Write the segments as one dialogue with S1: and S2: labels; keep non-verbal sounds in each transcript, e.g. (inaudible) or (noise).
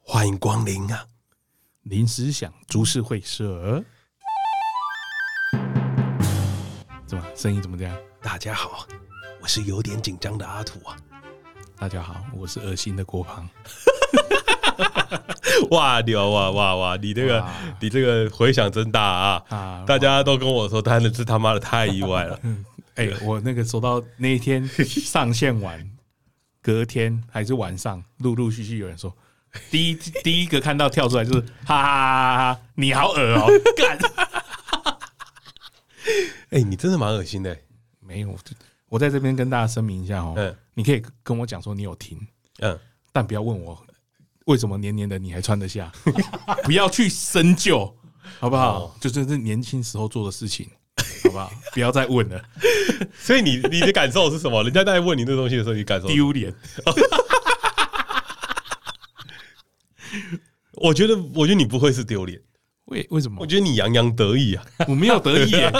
S1: 欢迎光临啊！
S2: 临时想株式会社，怎么声音怎么这样？
S1: 大家好，啊我是有点紧张的阿土啊。
S2: 大家好，我是恶心的郭胖。
S1: 哇牛哇哇哇！你这个
S2: 哇
S1: 你这个回响真大啊！
S2: 啊
S1: 大家都跟我说，真的是他妈的太意外了。
S2: 哎、我那个收到那一天上线完，隔天还是晚上，陆陆续续有人说，第一第一个看到跳出来就是哈哈哈哈哈，你好恶哦、干，
S1: 哎、你真的蛮恶心的、
S2: 没有，我在这边跟大家声明一下哦、
S1: 嗯
S2: 你可以跟我讲说你有停，
S1: 嗯，
S2: 但不要问我为什么黏黏的你还穿得下， (laughs) 不要去深究，好不好？
S1: 哦
S2: 就这是年轻时候做的事情，好不好？不要再问了，
S1: 所以你你的感受是什么？人家在问你这东西的时候，你感受？
S2: (laughs) 丢脸。
S1: 我觉得，我觉得你不会是丢脸，
S2: 为为什么
S1: 我？觉得你洋洋得意
S2: (laughs)
S1: 啊。
S2: 我没有得意耶、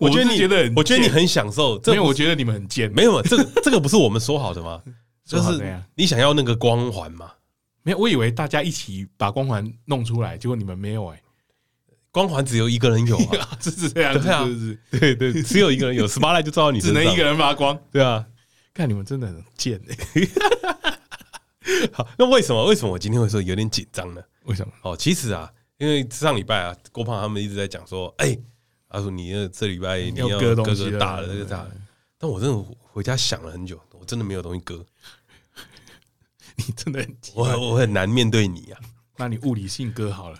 S1: 我觉得
S2: 是
S1: 你
S2: 觉得很
S1: 我觉得你
S2: 贱
S1: 很享受。这
S2: 没有，我觉得你们很贱。
S1: 没有，这个这个不是我们说好的吗？就
S2: (laughs) 说好的
S1: 是
S2: 呀
S1: 你想要那个光环嘛？
S2: 没有，我以为大家一起把光环弄出来，结果你们没有哎、
S1: 光环只有一个人有啊，
S2: (laughs) 啊，这是这样子，
S1: 对啊
S2: 是不是？
S1: 对对，只有一个人有，十八赖就照到你
S2: 只
S1: 身上，
S2: 能一个人发光。
S1: 对啊。
S2: 看你们真的很贱哎、
S1: 好，那为什么为什么我今天会说有点紧张呢？
S2: 为什么？
S1: 哦，其实啊，因为上礼拜啊，郭胖他们一直在讲说，哎、他说你呃这礼拜你
S2: 要
S1: 要
S2: 割
S1: 割
S2: 东西啊
S1: 个
S2: 了
S1: 大的这个大的，但我真的回家想了很久，我真的没有东西割，
S2: 你真的很贱。
S1: 我我很难面对你啊， (laughs)
S2: 那你物理性哥好了，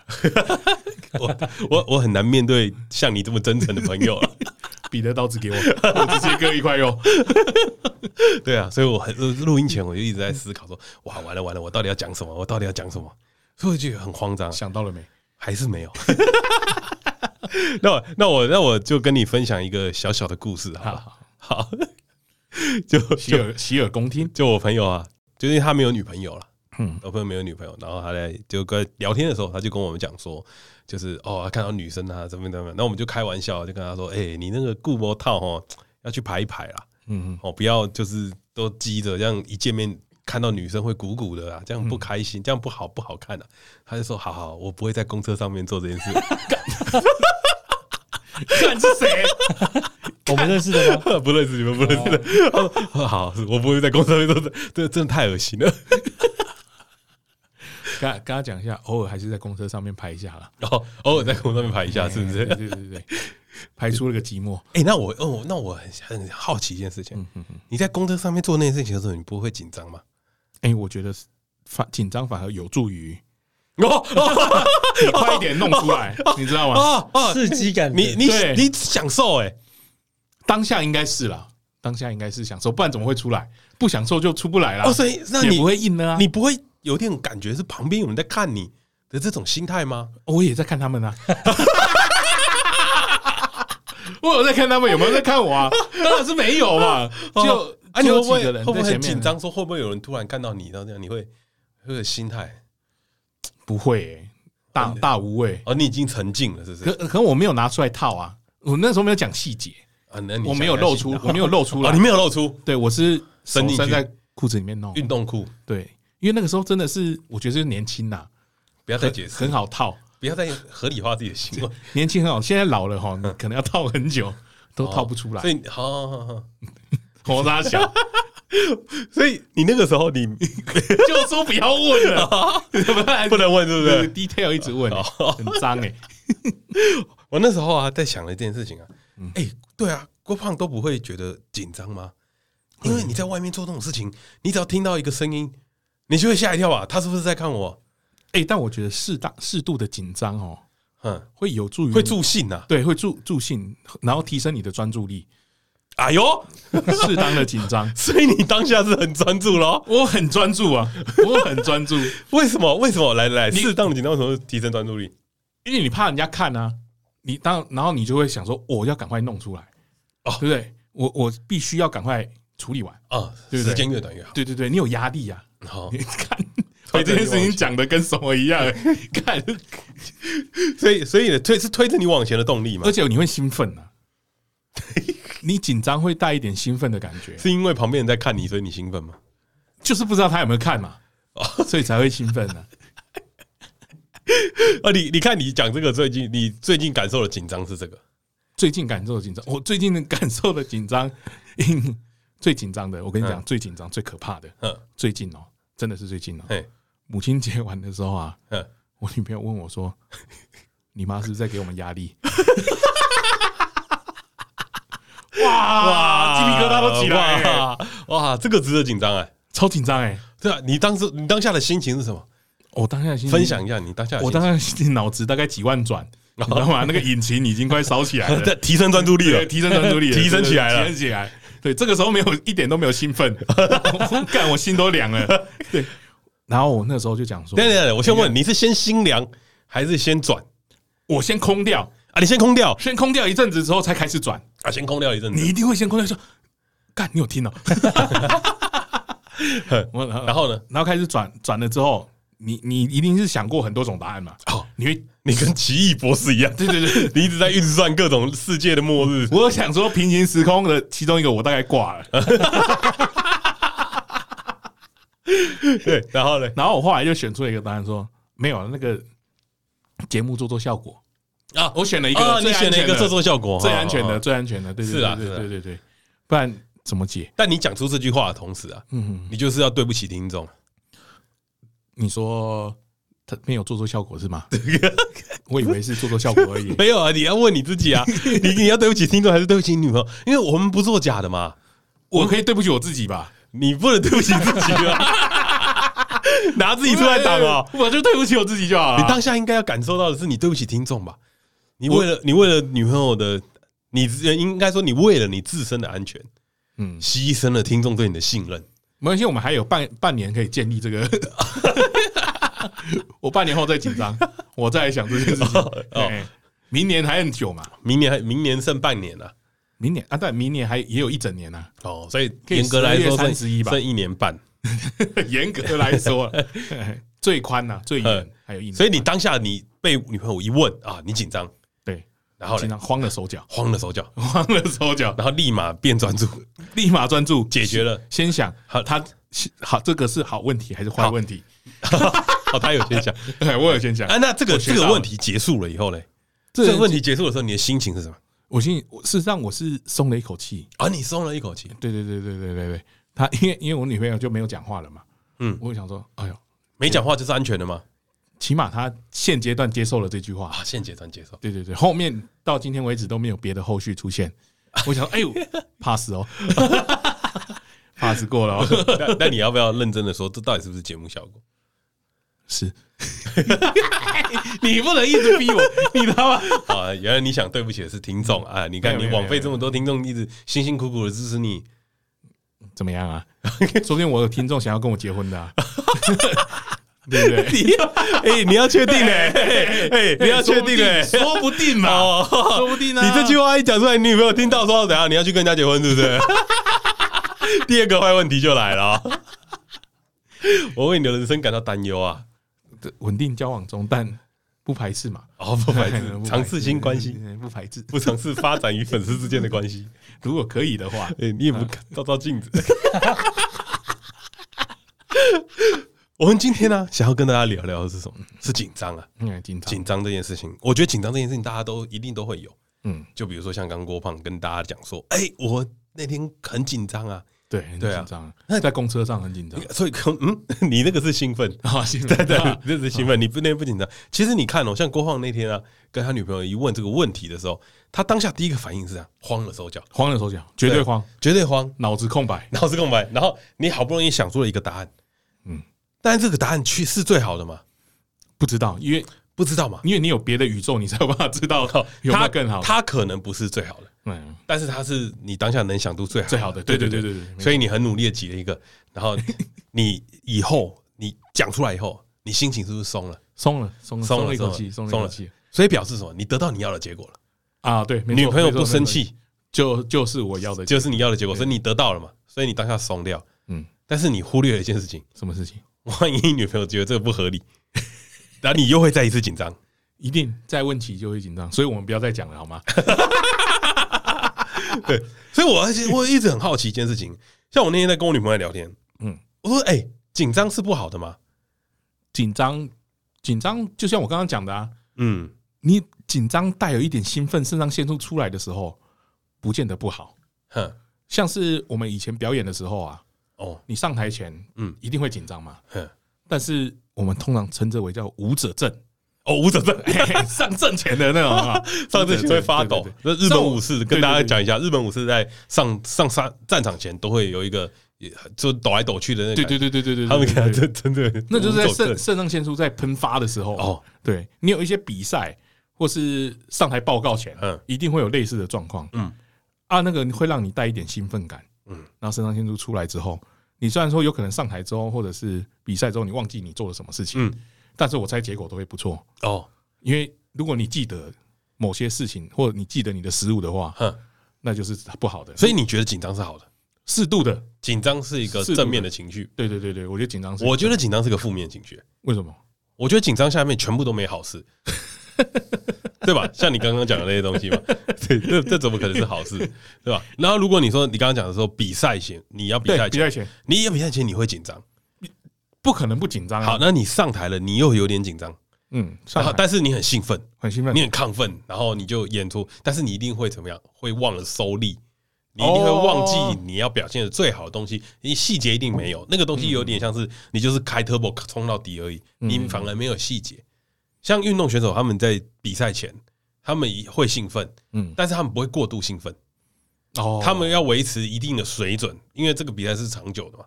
S1: 我我我很难面对像你这么真诚的朋友啊。 (laughs)
S2: 彼得刀子给我，我直接割一块肉。
S1: 对啊，所以我很呃录音前我就一直在思考说，哇，完了完了，我到底要讲什么？我到底要讲什么？所以我就觉得很慌张啊，
S2: 想到了没？
S1: 还是没有。 (laughs) 那我那我那我就跟你分享一个小小的故事好
S2: 好
S1: 了，
S2: 好，
S1: (laughs) 好，就
S2: 洗
S1: 就
S2: 耳洗耳恭听。
S1: 就我朋友啊，就因为他没有女朋友了，
S2: 嗯，
S1: 我朋友没有女朋友，然后他在就跟聊天的时候，他就跟我们讲说，就是哦，他看到女生啊怎么怎么样，那我们就开玩笑，就跟他说，哎、你那个固膜套哦，要去排一排啦，
S2: 嗯，
S1: 哦，不要就是都积着，这样一见面看到女生会鼓鼓的啊，这样不开心，这样不好不好看啊。他就说：“好好，我不会在公车上面做这件事，
S2: 看是谁？
S3: 我们认识的
S1: (laughs)
S3: 吗？
S1: 不认识你们，不认识的。他说：“ (laughs) 好，我不会在公车上面做这，这真的太恶心了。 (laughs)
S2: 跟他跟他讲一下，偶尔还是在公车上面拍一下啦。”哎
S1: 然后偶尔在公车上面拍一下，啊是不是
S2: 对？对对对，对排出了个寂寞。
S1: 哎、那我哦，那我很很好奇一件事情，你在公车上面做那件事情的时候，你不会紧张吗？
S2: 哎，我觉得是反紧张反而有助于
S1: 哦 (laughs) 哦
S2: 你快一点弄出来，你知道吗？
S1: (laughs) 哦哦，
S3: 刺激感的，
S1: 你你
S2: 对
S1: 你享受哎、
S2: 当下应该是啦，当下应该是享受，不然怎么会出来？不享受就出不来啦。
S1: 哦，所以那
S2: 也
S1: 你
S2: 不会硬了啊！
S1: 你不会有点感觉是旁边有人在看你的这种心态吗？
S2: 我也在看他们啊， (laughs) 我有在看他们有没有在看我啊？当然是没有嘛，就
S1: 啊，你
S2: 就
S1: 会不会
S2: 有几个
S1: 会
S2: 人
S1: 不
S2: 在
S1: 会
S2: 前
S1: 很
S2: 面啊
S1: 紧，张？说会不会有人突然看到你，然后这样你会会有心态？
S2: 不会欸、大大无畏。
S1: 哦，你已经沉浸了，是不
S2: 可
S1: 是？
S2: 可我没有拿出来套啊，我那时候没有讲细节，
S1: 啊，那你
S2: 我没有露出，我没有露出
S1: 啊，
S2: 来
S1: 你，没有露出
S2: 对我是手
S1: 伸进
S2: 伸
S1: 去
S2: 在裤子里面弄，
S1: 运动裤，
S2: 对，因为那个时候真的是我觉得就是年轻呐，
S1: 不要再
S2: 很
S1: 解释
S2: 很，好套。
S1: 不要再合理化自己的行为，
S2: 年轻很好，现在老了哈，你可能要套很久都套不出来
S1: 哦所。以，好好好好，
S2: 红沙小
S1: (laughs) 所以你那个时候你
S2: 就说不要问了，
S1: (laughs) 不能问，哦对不哦对？
S2: ？detail 一直问欸，很脏哎。
S1: 我那时候啊，在想了一件事情啊，哎、对啊，郭胖都不会觉得紧张吗？因为你在外面做这种事情，你只要听到一个声音，你就会吓一跳啊吧？他是不是在看我？
S2: 哎，但我觉得适当适度的紧张哦，
S1: 嗯，
S2: 会有助于
S1: 会助兴啊！
S2: 对会助助兴，然后提升你的专注力。
S1: 哎呦，，
S2: (laughs) 适当的紧张
S1: 所以你当下是很专注咯。
S2: 我很专注啊，我很专注，
S1: 为什么？为什么？来来，
S2: 你
S1: 适当的紧张为什么提升专注力？
S2: 因为你怕人家看啊，你当然后你就会想说，我要赶快弄出来，
S1: 哦
S2: 对不对？我我必须要赶快处理完。
S1: 啊，
S2: 对不对
S1: 时间越短越好。
S2: 对对对，你有压力呀、
S1: 好
S2: 你，看，
S1: 推
S2: 把
S1: 着
S2: 这
S1: 你
S2: 件
S1: 往
S2: 事情讲的跟什么一样、看，
S1: 所以所以推是推着你往前的动力嘛
S2: 而，且你会兴奋 (laughs) 啊，你紧张会带一点兴奋的感觉，
S1: 是因为旁边人在看你，所以你兴奋吗？
S2: 哦啊就是不知道他有没有看嘛，所以才会兴奋呢、
S1: 啊，你你看，你讲这个最近，你最近感受的紧张是这个，
S2: 最近感受的紧张，我最近的感受的紧张，因 (laughs) 最紧张的，我跟你讲，
S1: 嗯
S2: 最紧张、最可怕的，
S1: 嗯，
S2: 最近哦，真的是最近哦。
S1: 嘿，
S2: 母亲节完的时候啊，
S1: 嗯，
S2: 我女朋友问我说：“ (laughs) 你妈是不是在给我们压力？”啊哇，鸡皮疙瘩都起来了、
S1: 哇，哇，这个值得紧张哎，
S2: 超紧张哎！
S1: 对啊，你当时你当下的心情是什么？
S2: 我当下的心情
S1: 分，享一下哦你当下的心情，
S2: 嗯我当下的心情脑子大概几万转，你知道吗？那个引擎已经快烧起来
S1: (laughs)
S2: 了，
S1: 在提升专注力
S2: 对，
S1: 了，
S2: 提升专注力了，
S1: (laughs) 提升起来了
S2: 提升起来。对，这个时候没有一点都没有兴奋， (laughs) 我干我心都凉了。对，然后我那时候就讲说
S1: 等一，下等一下等一下，我先问，你是先心凉还是先转
S2: 我先空掉，
S1: 啊？你先空掉
S2: 先空掉一阵子之后才开始转，
S1: 啊，先空掉一阵
S2: 你
S1: 子，
S2: 一定会先空掉说，干你有听哦，我
S1: 然
S2: 然后
S1: 后呢？
S2: 然后开始转转了之后，你你一定是想过很多种答案嘛？
S1: 哦，
S2: 你会
S1: 你跟奇异博士一样，
S2: 对对对，
S1: 你一直在运算各种世界的末日。
S2: 我想说平行时空的其中一个我大概挂了，
S1: 对，然后呢？
S2: 然后我后来就选出了一个答案说没有啊那个节目做做效果
S1: 啊
S2: 我选了一
S1: 啊，
S2: 个
S1: 你
S2: 最
S1: 选
S2: 安全的，
S1: 了一个这做效果，
S2: 最安全
S1: 哦
S2: 的，
S1: 哦哦
S2: 最安全的，对对
S1: 是啊
S2: 对对
S1: 是啊
S2: 对对对，不然怎么解？
S1: 但你讲出这句话的同时啊，
S2: 嗯，
S1: 你就是要对不起听众。啊
S2: 你说他没有做做效果是 (laughs) 吗？我以为是做做效果而已。
S1: 没有啊，你要问你自己啊，你你要对不起听众还是对不起你女朋友？因为我们不做假的嘛，
S2: (laughs) 我可以对不起我自己吧？
S1: 你不能对不起自己啊，
S2: (laughs)
S1: 拿自己出来挡啊！
S2: 我就对不起我自己啊就好了。
S1: 你当下应该要感受到的是你对不起听众吧？你为了你为了女朋友的，你应该说你为了你自身的安全，
S2: 嗯，
S1: 牺牲了听众对你的信任。
S2: 没关系，我们还有半半年可以建立这个。 (laughs) 我半年后再紧 (laughs) 张，我再来想这件事情。哎明年还很久嘛？
S1: 明年还明年剩半年了、啊，
S2: 明年啊，但明年还也有一整年啊。
S1: 哦，所以
S2: 可以
S1: 严格来说
S2: 12
S1: 剩
S2: 月31吧
S1: 剩一年半。
S2: (laughs) 严格来说， (laughs) 最宽呐，
S1: 嗯
S2: 最远还有一年。
S1: 所以你当下你被女朋友一问啊，你紧张，
S2: 对，
S1: 然后
S2: 经
S1: 呢
S2: 常慌了手脚，
S1: 慌了手脚，(laughs)
S2: (laughs) 慌了手脚，
S1: 然后立马变专注，
S2: (laughs) 立马专注
S1: 解决了。
S2: 先想
S1: 好
S2: (laughs) 他好这个是好问题还是坏问题？ (laughs)
S1: (laughs) 哦，他有先想
S2: 对我有先想
S1: 啊，，那这个
S2: 我学
S1: 这
S2: 到
S1: 个
S2: 了
S1: 问题结束了以后嘞，
S2: 这
S1: 这个问
S2: 题
S1: 题结束的时候，你的心情是什么？
S2: 我心里我事实上我是松了一口气。
S1: 啊，你松了一口气，
S2: 对对对对对对对，他因为因为我女朋友就没有讲话了嘛，
S1: 嗯
S2: 我就想说，哎呦，
S1: 没讲话就是安全的吗？
S2: 嗯起码她现阶段接受了这句话。
S1: 啊，现阶段接受。
S2: 对对对，后面到今天为止都没有别的后续出现。我想说，哎呦 (laughs) ，pass 哦，pass 过了、哦， (laughs)
S1: 那那你要不要认真的说，这到底是不是节目效果？ (laughs)
S2: 是。 (laughs) 你不能一直逼我，你知道吗？
S1: 啊，原来你想对不起的是听众啊！你看
S2: 嗯
S1: 你
S2: 没有没有
S1: 枉费这么多听众一直辛辛苦苦的支持
S2: (laughs)
S1: 你， (laughs)
S2: 怎么样啊？ (laughs) 说不定我有听众想要跟我结婚的、啊， (laughs) 对不对？
S1: 你要哎，你要确定嘞，哎
S2: (laughs)
S1: 哎，你要确定嘞，
S2: 说不定嘛，
S1: 哦，
S2: 说不定呢、
S1: 你这句话一讲出来，你女朋友听到说怎样？你要去跟人家结婚是不 (laughs) 是？第二个坏问题就来了 (laughs) 哦，我为你的人生感到担忧啊！
S2: 稳定交往中，但不排斥嘛，
S1: 哦， (laughs) 不排
S2: (laughs) 不
S1: 斥尝试新关系，，
S2: 不排斥。
S1: 不尝试发展与粉丝之间的关 (laughs) 系。
S2: 如果可以
S1: (laughs)
S2: 的话，
S1: 哎、你也不看照照镜子。 (laughs) 我们今天呢、想要跟大家聊聊的是什么？是紧张啊，
S2: 嗯，紧张，
S1: 紧张这件事情。我觉得紧张这件事情，大家都一定都会有。
S2: 嗯，
S1: 就比如说像刚郭胖跟大家讲说，哎、我那天很紧张啊，
S2: 对，很
S1: 对啊
S2: 紧张。在公车上很紧张，
S1: 所以可嗯， (laughs) 你那个是兴
S2: (laughs)
S1: 奋，
S2: 啊，现
S1: 对
S2: 在
S1: 对，这是兴奋。你不那天不紧张？其实你看哦，像郭胖那天啊，跟他女朋友一问这个问题的时候，他当下第一个反应是啊，慌了手脚，
S2: 慌了手脚，绝对慌，
S1: 绝对慌。
S2: 脑子空白，
S1: 脑子空白，然后你好不容易想出了一个答案，嗯
S2: 嗯，
S1: 但这个答案去是最好的吗？
S2: 不知道，因为
S1: 不知道嘛，
S2: 因为你有别的宇宙，你才有办法知
S1: (laughs)
S2: 道有没
S1: 它
S2: 有更好的。
S1: 它可能不是最好的，
S2: 嗯，
S1: 但是它是你当下能想出最好
S2: 最好的，对对对对对，
S1: 所以你很努力的挤了一个，然后你以后你讲出来以后，你心情是不是松了？
S2: 松了，松了，
S1: 松了
S2: 了一口气，
S1: 松
S2: 松
S1: 了
S2: 了一口气
S1: 所以表示什么？你得到你要的结果了，
S2: 啊！对，没错
S1: 女朋友
S2: 没错
S1: 不生
S2: 没错
S1: 气
S2: 就 (laughs) 就是我要的，
S1: 就是你要的结果，所以你得到了嘛，所以你当下松掉，
S2: 嗯，
S1: 但是你忽略了一件事情，
S2: 什么事情？
S1: 万一女朋友觉得这个不合
S2: (laughs)
S1: 理，然后你又会再一次紧张。
S2: 一定再问起就会紧张，所以我们不要再讲了，好吗？
S1: 对，所以我而且我一直很好奇一件事情，像我那天在跟我女朋友聊天，嗯
S2: 嗯，
S1: 我说哎，紧张是不好的吗？
S2: 紧张紧张就像我刚刚讲的啊，
S1: 嗯，
S2: 你紧张带有一点兴奋，肾上腺素出来的时候，不见得不好。
S1: 嗯哼，
S2: 像是我们以前表演的时候啊，
S1: 哦，
S2: 你上台前，
S1: 嗯
S2: 嗯，一定会紧张嘛。
S1: 哼，
S2: 但是我们通常称之为叫舞者阵。哦，舞者阵，上阵前的那种啊，
S1: 上阵前会发抖
S2: 对。
S1: 那
S2: 对对
S1: 日本武士
S2: 上
S1: 跟大家讲一下，日本武士在上上上战场前都会有一个，也就抖来抖去的那个
S2: 对
S1: 感觉，
S2: 对对对对对，
S1: 他们给他
S2: 对对对
S1: 真真的，
S2: 那就是在
S1: 走
S2: 肾
S1: 阵
S2: 肾上腺素在喷发的时候哦。
S1: 哦，
S2: 对你有一些比赛或是上台报告前，
S1: 嗯
S2: 一定会有类似的状况，
S1: 嗯
S2: 啊，那个会让你带一点兴奋感，
S1: 嗯
S2: 嗯，然后肾上腺素出来之后，你虽然说有可能上台之后或者是比赛之后你忘记你做了什么事情，
S1: 嗯
S2: 但是我猜结果都会不错，
S1: 哦，
S2: 因为如果你记得某些事情或者你记得你的失误的话，
S1: 哼，
S2: 那就是不好的，
S1: 所以你觉得紧张是好的？
S2: 适度的，
S1: 紧张是一个
S2: 适度的
S1: 正面的情绪，
S2: 对对对对，我觉得紧张是，
S1: 我觉得紧张是个负面情绪。
S2: 为什么？
S1: 我觉得紧张下面全部都没好
S2: (laughs)
S1: 事，对吧？像你刚刚讲的那些东
S2: (laughs)
S1: 西嘛，对，这这怎么可能是好事，对吧？然后如果你说你刚刚讲的时候比赛前你要比
S2: 对
S1: 赛
S2: 比
S1: 前，
S2: 赛前
S1: 你要比赛前你会紧张，
S2: 不可能不紧张啊，
S1: 好，那你上台了，你又有点紧张，
S2: 嗯，上
S1: 然后
S2: 台
S1: 但是你很兴奋，
S2: 很兴奋
S1: 你，很亢奋，然后你就演出，但是你一定会怎么样？会忘了收力，你一定会忘记
S2: 哦
S1: 你要表现的最好的东西，你细节一定没有。那个东西有点像是你就是开 turbo 冲到底而已，
S2: 嗯
S1: 你反而没有细节。像运动选手他们在比赛前，他们会兴奋，
S2: 嗯，
S1: 但是他们不会过度兴奋，
S2: 哦
S1: 他们要维持一定的水准，因为这个比赛是长久的
S2: 哦
S1: 嘛，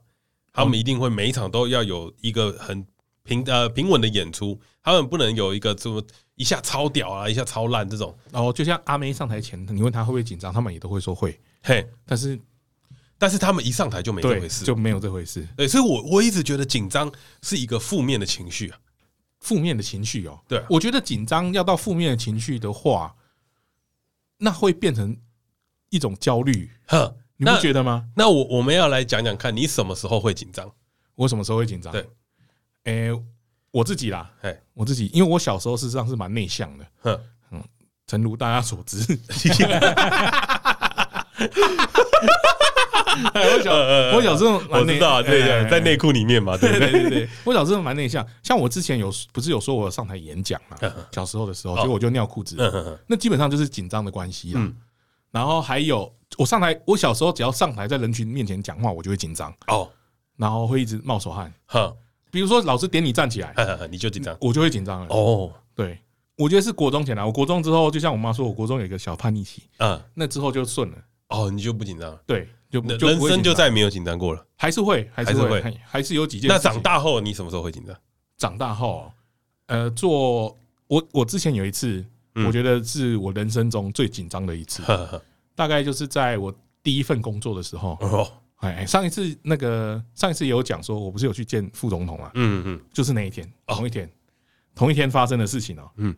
S1: 他们一定会每一场都要有一个很平呃平稳的演出，他们不能有一个什么一下超屌啊，一下超烂这种。
S2: 然后就像阿妹上台前，你问她会不会紧张，他们也都会说会，
S1: 嘿，
S2: 但是
S1: 但是他们一上台就没这
S2: 对
S1: 回事，
S2: 就没有这回事。
S1: 对，所以我我一直觉得紧张是一个负面的情绪啊。
S2: 负面的情绪哦，
S1: 对啊
S2: 我觉得紧张要到负面的情绪的话，那会变成一种焦虑，
S1: 哼，
S2: 你不
S1: 那
S2: 觉得吗？
S1: 那我我们要来讲讲看，你什么时候会紧张？
S2: 我什么时候会紧张？
S1: 对，
S2: 诶、我自己啦，
S1: 嘿，
S2: 我自己，因为我小时候事实上是蛮内向的，
S1: 哼，
S2: 诚如大家所
S1: (laughs)
S2: 知，
S1: 我 (laughs) 想
S2: 哎我小时候蛮
S1: 呃我
S2: 内
S1: 知道啊，对
S2: 哎
S1: 对，在内裤里面嘛，对不
S2: 对
S1: 对？
S2: 对对，我小时候蛮内向，像我之前有不是有说我上台演讲嘛，小时候的时候，结果我就尿裤子了，
S1: (laughs) 嗯哼哼
S2: 那基本上就是紧张的关系啦。
S1: 嗯
S2: 然后还有我上台，我小时候只要上台在人群面前讲话，我就会紧张，
S1: 哦，
S2: 然后会一直冒手汗。
S1: 哼， (laughs)
S2: 比如说老师点你站起来，
S1: 哼哼哼你就紧张
S2: 我就会紧张了。
S1: 呃哦，
S2: 对，我觉得是国中前来，我国中之后，就像我妈说，我国中有一个小叛逆期，
S1: 嗯，
S2: 那之后就顺了。
S1: 哦，你就不紧张了，
S2: 对，就
S1: 那
S2: 就
S1: 人
S2: 不会紧
S1: 生就
S2: 张
S1: 再也没有紧张过了。
S2: 还是会还是
S1: 还是
S2: 会
S1: 会
S2: 还还是有几件事
S1: 那
S2: 情。
S1: 长大后你什么时候会紧张？
S2: 长大后，呃，做我我之前有一次，
S1: 嗯
S2: 我觉得是我人生中最紧张的一次，
S1: 呵呵
S2: 大概就是在我第一份工作的时候。
S1: 哦，
S2: 哎，上一次那个上一次也有讲说，我不是有去见副总统嘛，啊
S1: 嗯嗯
S2: 就是那一天，
S1: 哦
S2: 同一天，同一天发生的事情哦。
S1: 嗯，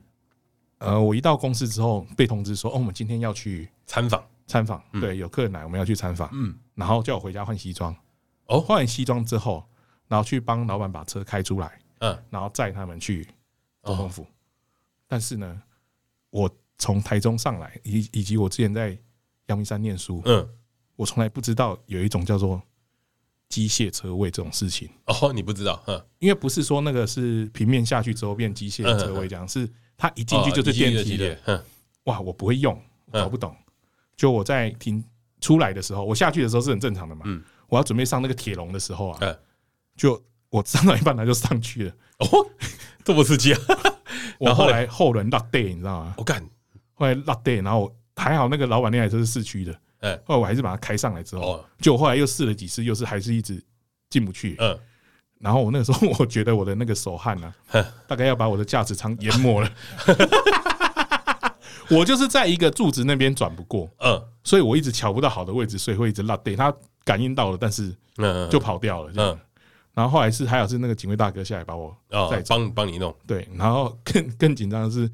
S2: 呃，我一到公司之后被通知说，哦，我们今天要去
S1: 参访，
S2: 参访，对，有客人来，我们要去参访，
S1: 嗯，
S2: 然后叫我回家换西装。
S1: 哦
S2: 换完西装之后，然后去帮老板把车开出来，
S1: 嗯，
S2: 然后载他们去总统
S1: 哦，
S2: 府。但是呢，我从台中上来，以以及我之前在阳明山念书，
S1: 嗯，
S2: 我从来不知道有一种叫做机械车位这种事情，
S1: 哦，你不知道，嗯，
S2: 因为不是说那个是平面下去之后变机械车位这样，是它一进去就是
S1: 嗯哦
S2: 电
S1: 一进
S2: 梯
S1: 去就
S2: 的。
S1: 是嗯，
S2: 哇，我不会用，
S1: 嗯
S2: 搞不懂。就我在停出来的时候，我下去的时候是很正常的嘛
S1: 嗯。
S2: 我要准备上那个铁笼的时候啊
S1: 嗯，
S2: 就我上到一半它就上去了。
S1: 哦， (laughs) 这么刺激啊！
S2: 我
S1: 然后
S2: 后
S1: 嘞
S2: 来后轮落地，你知道吗？
S1: 我干，
S2: 后来落地，然后我还好那个老板那台车是市区的，
S1: 嗯，
S2: 后来我还是把它开上来之后，
S1: 哦，
S2: 就我后来又试了几次，又是还是一直进不去。
S1: 嗯，
S2: 然后我那个时候我觉得我的那个手汗呢、
S1: 哼
S2: 啊，大概要把我的驾驶舱淹没了。 (laughs) 我就是在一个柱子那边转不过，
S1: 嗯，
S2: 所以我一直瞧不到好的位置，所以会一直落地。他感应到了，但是
S1: 嗯，
S2: 就跑掉了。这样
S1: 嗯，
S2: 然后后来是还好是那个警卫大哥下来把我
S1: 哦
S2: 再，
S1: 帮帮你弄，
S2: 对，然后 (laughs) 更更紧张的是，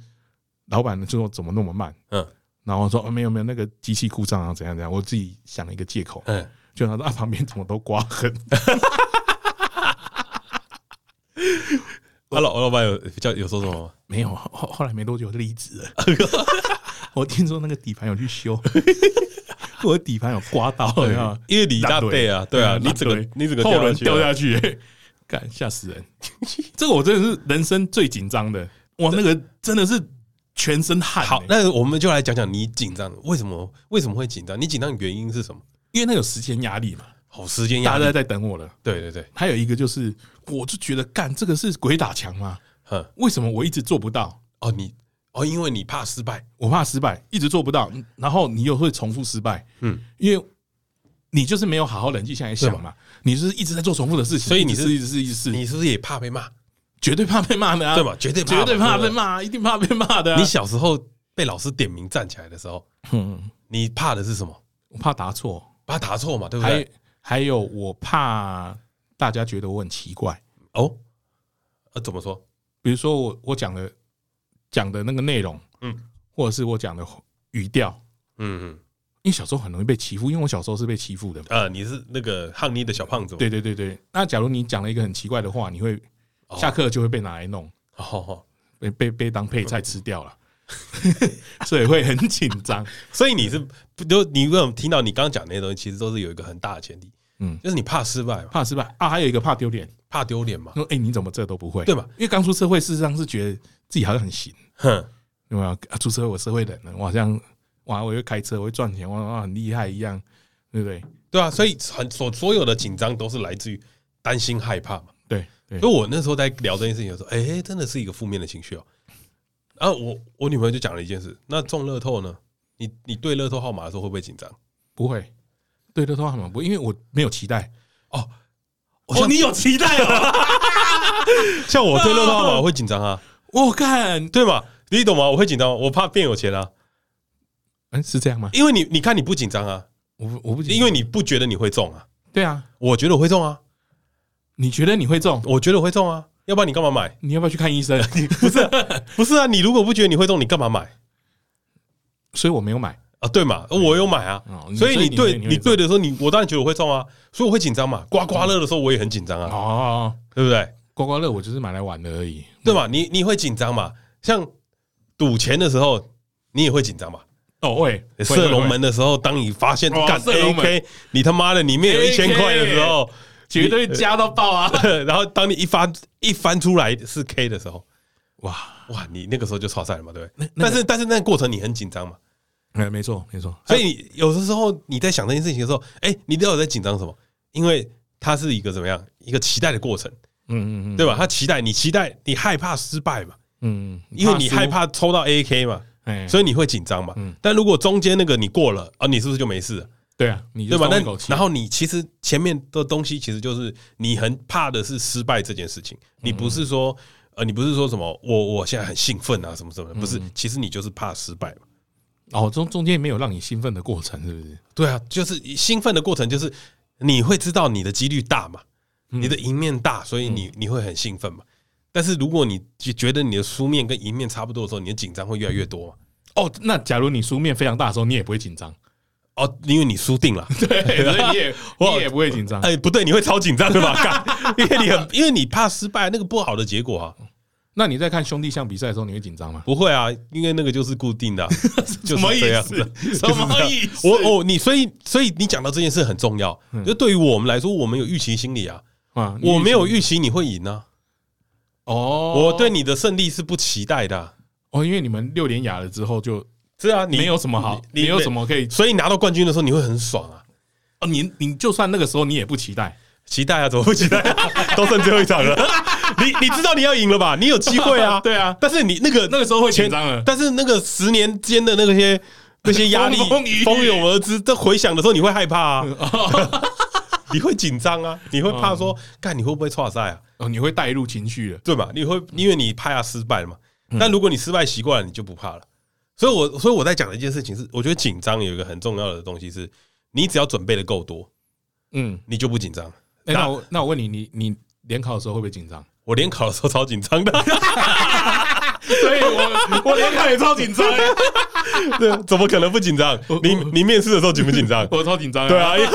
S2: 老板就说怎么那么慢？
S1: 嗯，
S2: 然后我说、哦、没有没有，那个机器故障啊，怎样怎样，我自己想了一个借口，
S1: 嗯，
S2: 就他说啊旁边怎么都刮痕，
S1: 他老老板有比较有说什么吗？
S2: 没有，后后来没多久就
S1: (laughs)
S2: 离职了。我听说那个底盘有去修，我的底盘有刮到，你知道吗
S1: 哎因为你一大
S2: 大堆
S1: 队啊，对啊，
S2: 嗯
S1: 你整个
S2: 大堆
S1: 你整个
S2: 后轮
S1: 掉
S2: 掉
S1: 下去啊
S2: 下去、干吓死人！ (laughs) 这个我真的是人生最紧张的，哇，那个真的是全身汗欸、
S1: 好，那我们就来讲讲你紧张为什么？为什么会紧张？你紧张原因是什么？
S2: 因为那有时间压力嘛，
S1: 好，时间
S2: 大
S1: 压
S2: 家都
S1: 力。
S2: 在等我了。
S1: 对对对，
S2: 还有一个就是，我就觉得干这个是鬼打墙嘛，
S1: 哼，
S2: 为什么我一直做不到？
S1: 嗯哦，你哦，因为你怕失败，
S2: 我怕失败，一直做不到，嗯然后你又会重复失败，
S1: 嗯，
S2: 因为你就是没有好好冷静下来想嘛，你就是一直在做重复的事情，
S1: 所以你
S2: 一直
S1: 是
S2: 一直一直试
S1: 你是不是也怕被骂？
S2: 绝对怕被骂的啊，
S1: 对嘛，绝对怕嘛，
S2: 绝对怕
S1: 对
S2: 被
S1: 不对。
S2: 骂，一定怕被骂的啊。
S1: 你小时候被老师点名站起来的时候，
S2: (laughs) 嗯，
S1: 你怕的是什么？
S2: 我怕答错，
S1: 怕答错嘛，对不
S2: 还
S1: 对？
S2: 还有我怕大家觉得我很奇怪，
S1: 哦，呃，怎么说？
S2: 比如说我我讲的讲的那个内容，
S1: 嗯
S2: 嗯，或者是我讲的语调，
S1: 嗯
S2: 因为小时候很容易被欺负，因为我小时候是被欺负的嘛。
S1: 嗯，呃，你是那个汉尼的小胖子吗？
S2: 对对对对，那假如你讲了一个很奇怪的话，你会
S1: 哦，
S2: 下课就会被拿来弄，
S1: 哦，哦哦
S2: 被被被当配菜吃
S1: (laughs)
S2: 掉了，所以会很紧张。
S1: 所以你是不就你为什么听到你刚刚讲那些东西，其实都是有一个很大的前提，
S2: 嗯
S1: 就是你怕失败嘛，
S2: 怕失败啊，还有一个怕
S1: (laughs)
S2: 丢脸，
S1: 怕丢脸嘛，
S2: 说哎、诶你怎么这都不会？
S1: 对嘛？
S2: 因为刚出社会，事实上是觉得自己好像很行，
S1: 哼，
S2: 对吧？啊，出社会我社会人了，我好像哇，我会开车，我会赚钱，哇哇很厉害一样，对不对？
S1: 对啊，所以很所所有的紧张都是来自于担心害怕嘛。
S2: 对对
S1: 所以我那时候在聊这件事情的时候，哎、真的是一个负面的情绪哦。然后我我女朋友就讲了一件事，那中乐透呢？你你对乐透号码的时候会不会紧张？
S2: 不会，对乐透号码不会，因为我没有期待。
S1: 哦，
S2: 哦，
S3: (laughs)
S2: 你有期待哦！
S1: 像我对乐透号码我会紧张啊，
S2: 我看，
S1: 对嘛？你懂吗？我会紧张吗，我怕变有钱啊，
S2: 嗯，是这样吗？
S1: 因为你你看你不紧张啊，
S2: 我不我不
S1: 因为你不觉得你会中啊，
S2: 对啊，
S1: 我觉得我会中啊，
S2: 你觉得你会中？
S1: 我觉得我会中啊，要不然你干嘛买？
S2: 你要不要去看
S1: (laughs)
S2: 医生？
S1: 不是啊、不是啊，你如果不觉得你会中，你干嘛买
S2: 所以我没有买。
S1: 啊？对嘛，我有买啊，
S2: 哦
S1: 所以你对你对
S2: 的
S1: 的时候，你我当然觉得我会中啊，所以我会紧张嘛。刮刮乐的时候我也很紧张啊，
S2: 哦，
S1: 对不对？
S2: 刮刮乐我就是买来玩的而已。
S1: 对吧？你你会紧张嘛？像赌钱的时候，你也会紧张嘛？
S2: 哦喂，
S1: 射龙
S2: 会会会
S1: 门的时候，当你发现
S2: 哦
S1: 干
S2: 射龙门
S1: AK，你他妈的里面有一千块的时候，
S2: 绝对加到爆啊！
S1: 然后当你一翻一翻出来是 K 的时候，
S2: 哇，
S1: (laughs) 哇，你那个时候就刷赛了嘛，对不对？
S2: 那个
S1: 但是但是那个过程你很紧张嘛，
S2: 哎，没错没错，
S1: 所以你有的时候你在想这件事情的时候，哎，你到底在紧张什么？因为它是一个怎么样一个期待的过程。
S2: 嗯嗯嗯，
S1: 对吧？他期待你期待你害怕失败嘛，
S2: 嗯，嗯
S1: 因为你害
S2: 输，
S1: 怕抽到 AK 嘛，
S2: 哎，所以
S1: 所以你会紧张嘛
S2: 嗯。
S1: 但如果中间那个你过了啊，你是不是就没事了？
S2: 对啊，你
S1: 对
S2: 就
S1: 吧？
S2: 松
S1: 那
S2: 一口气
S1: 然后你其实前面的东西其实就是你很怕的是失败这件事情，
S2: 嗯
S1: 你不是说呃，你不是说什么我我现在很兴奋啊什么什么的，不是，
S2: 嗯
S1: 其实你就是怕失败嘛。
S2: 哦中中间没有让你兴奋的过程，是不是？
S1: 对啊，就是兴奋的过程，就是你会知道你的几率大嘛，你的赢面大，所以你你会很兴奋嘛。但是如果你觉得你的输面跟赢面差不多的时候，你的紧张会越来越多嘛。
S2: 哦，那假如你输面非常大的时候，你也不会
S1: (laughs)
S2: 紧张，
S1: 哦，因为你输定了，
S2: 对，所以你
S1: (laughs)
S2: 也
S1: 我
S2: 你也不会紧张。
S1: 啊哎，不对，你会超紧张的吧？干因为你很，因为你怕失败，那个不好的结果啊，
S2: 那你在看兄弟象比赛的时候，你会紧张吗？
S1: 不会啊，因为那个就是固定的啊，就是这
S2: (laughs)
S1: 样子。
S2: 什么意思？
S1: 我哦，你所以所以你讲到这件事很重要，就对于我们来说，我们有预期心理啊，
S2: 啊你
S1: 我没有预期你会赢啊，
S2: 哦，
S1: 我对你的胜利是不期待的啊、
S2: 哦，因为你们六连雅了之后就是
S1: 啊，你
S2: 没有什么好，
S1: 你
S2: 没有什，么可以
S1: 你，所以拿到冠军的时候你会很爽啊，
S2: 哦，你你就算那个时候你也不期待，
S1: 期待啊，怎么不期待、 (laughs) 啊？都剩最后一场了，你你知道你要赢了吧？你有机会啊，
S2: (laughs) 对啊，
S1: 但是你那个
S2: 那个时候会紧张了，
S1: 但是那个十年间的那些那些压力
S2: (laughs) 风风雨雨
S1: 蜂拥而至，这回想的时候你会害怕
S2: (laughs)
S1: 啊， (laughs) 你会紧张啊，你会怕说，
S2: 嗯
S1: 干你会不会错赛啊？
S2: 哦，你会带入情绪了，
S1: 对吧？你会因为你怕失败了嘛？但如果你失败习惯了，你就不怕了。所以我所以我在讲的一件事情是，我觉得紧张有一个很重要的东西是，你只要准备的够多，
S2: 嗯，
S1: 你就不紧张。
S2: 哎那我那我问你，你你联考的时候会不会紧张？
S1: 我联考的时候超紧张 (laughs) 的，
S2: 对我我联考也超紧张，
S1: 对，怎么可能不紧张
S2: 我？
S1: (laughs) 你你面试的时候紧不紧张？
S2: (laughs)
S1: 啊 (laughs)
S2: 我超紧张，
S1: 对，啊，因为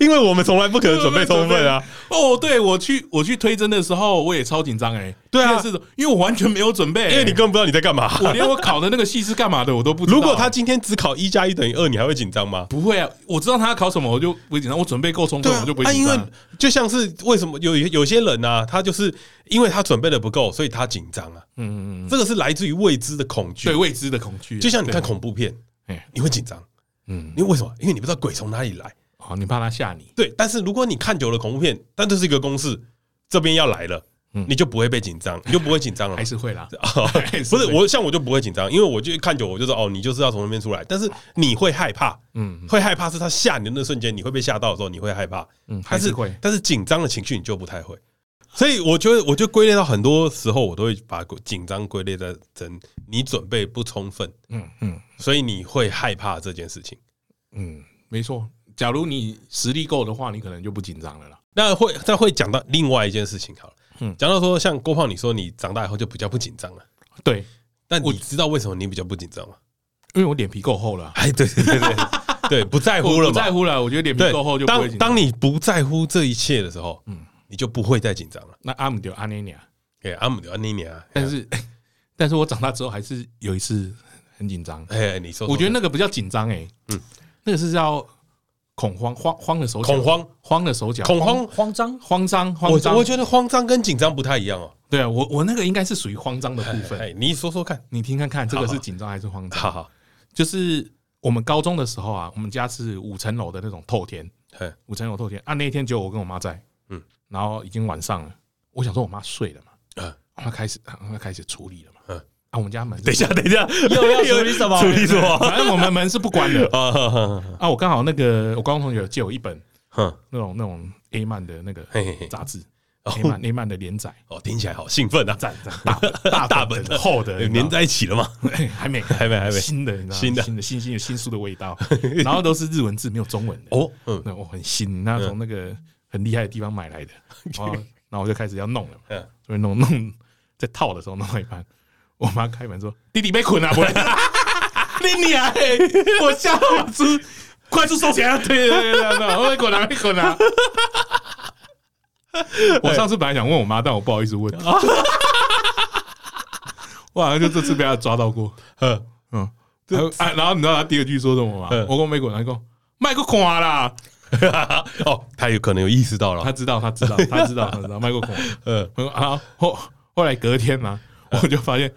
S1: 因为我们从来不可能准备充分啊。
S2: 哦，对我去我去推针的时候，我也超紧张哎。
S1: 对啊
S2: 是因为我完全没有准备欸、
S1: 因为你根本不知道你在干嘛。
S2: (laughs) 我连我考的那个系是干嘛的我都不知道。
S1: 如果他今天只考一加一等于二，你还会紧张吗？
S2: 不会啊，我知道他要考什么，我就不会紧张。我准备够充分，
S1: 啊
S2: 我就不，会
S1: 啊因
S2: 紧
S1: 为
S2: 张。
S1: 就像是为什么有有些人呢、啊，他就是因为他准备的不够，所以他紧张啊。
S2: 嗯嗯嗯，
S1: 这个是来自于未知的恐惧
S2: 对。未知的恐惧，
S1: 就像你看
S2: 对，
S1: 恐怖片
S2: 哎，
S1: 你会紧张，
S2: 嗯，
S1: 因为为什么？因为你不知道鬼从哪里来。
S2: 好，你怕他吓你，
S1: 对，但是如果你看久了恐怖片，但这是一个公式，这边要来了，
S2: 嗯
S1: 你就不会被紧张，你就不会紧张了嘛
S2: (laughs) 还。是会啦。
S1: (laughs) 哦
S2: 还是
S1: 不是
S2: 会
S1: 我，像我就不会紧张，因为我就看久，我就知道哦，你就是要从那边出来。但是你会害怕，
S2: 啊嗯
S1: 会害怕是他吓你的那瞬间，你会被吓到的时候，你会害怕。
S2: 嗯，
S1: 但
S2: 还
S1: 是
S2: 是会。
S1: 但是紧张的情绪你就不太会。所以我觉得，我就归类到很多时候，我都会把紧张归类在真你准备不充分，
S2: 嗯嗯
S1: 所以你会害怕这件事情。
S2: 嗯，没错。假如你实力够的话，你可能就不紧张了啦。
S1: 那会再会讲到另外一件事情好了，
S2: 嗯
S1: 讲到说像郭胖，你说你长大以后就比较不紧张了，
S2: 对，
S1: 但
S2: 我
S1: 你知道为什么你比较不紧张吗？
S2: 因为我脸皮够厚了，
S1: (laughs) 哎，对对对 (laughs) 对，对，不在乎
S2: 我
S1: 了
S2: 不在
S1: 嘛。
S2: 乎了。我觉得脸皮
S1: 对
S2: 够厚就，不会
S1: 当
S2: 紧张。
S1: 当你不在乎这一切的时候，
S2: 嗯
S1: 嗯，你就不会再紧张了。
S2: 那阿姆就阿涅尼啊亚，
S1: 哎，阿姆的安妮妮啊，
S2: 但是 (laughs) 但是我长大之后还是有一次很紧张。
S1: 哎，你说说，
S2: 我觉得那个不叫紧张哎，嗯
S1: 嗯，
S2: 那个是叫恐慌、慌慌的手脚、
S1: 恐慌、
S2: 慌的手脚、
S1: 恐
S2: 慌、
S1: 慌，
S3: 慌张，
S2: 慌张、
S1: 我
S2: 慌张
S1: 我。觉得慌张跟紧张不太一样哦。
S2: 对啊，我我那个应该是属于慌张的部分。
S1: 哎，你说说看，
S2: 你听看看，这个
S1: 好
S2: 是
S1: 好
S2: 紧张还是慌张？
S1: 好好，
S2: 就是我们高中的时候啊，我们家是五层楼的那种透天，
S1: 哎，
S2: 五层楼透天啊。那一天只有我跟我妈在，嗯
S1: 嗯，
S2: 然后已经晚上了，我想说我妈睡了嘛，
S1: 嗯
S2: 我妈开始我妈开始处理了嘛，
S1: 嗯
S2: 啊，我们家门是
S1: 等一下， (laughs) 等一下，
S3: 又要处理什
S1: (laughs)
S3: 么
S1: 处理什么？
S2: (laughs) 反正我们门是不关的
S1: 啊哈哈 (laughs) 哈，
S2: 啊。我刚好那个我高中同学有借我一本
S1: 哼，
S2: 那种那种 A 漫的那个
S1: 嘿嘿嘿，
S2: 杂志
S1: 哦
S2: ，A 漫 A 漫的连载，
S1: 哦，听起来好兴奋啊！
S2: 赞赞大
S1: (laughs) 大
S2: 本
S1: 本
S2: 的
S1: 的
S2: 厚的啊
S1: 哎粘
S2: 载，
S1: 在一起了吗？
S2: (laughs) 还没
S1: 还没还没
S2: 新的，你知道吗
S1: 新的
S2: 新的新新有新书的
S1: (laughs)
S2: 味道，然后都是日文字，没有中文的。
S1: 哦，嗯，
S2: 那我很新，那从那个很厉害的地方买来的，然后然后我就开始要弄了，
S1: 嗯
S2: 所以弄弄在套的时候弄到一半，我妈开门说：“弟弟被捆了，不然 (laughs) 你你啊，嘿我吓到我吃，快速收起来！”对对对对对，我被捆了，被捆了。我上次本来想问我妈，但我不好意思问，我好像就这次被她抓到过。
S1: 嗯， (laughs)
S2: 嗯，还有啊，然后你知道他第二句说什么吗？
S1: 嗯
S2: 我跟美国人讲，卖个款啦，
S1: 哦，他有可能有意识到了
S2: 哦他，知道，他
S1: (laughs)
S2: 知道，他知道，他知道卖过孔。
S1: 嗯，
S2: 我说啊，后后来隔天嘛，我就发现，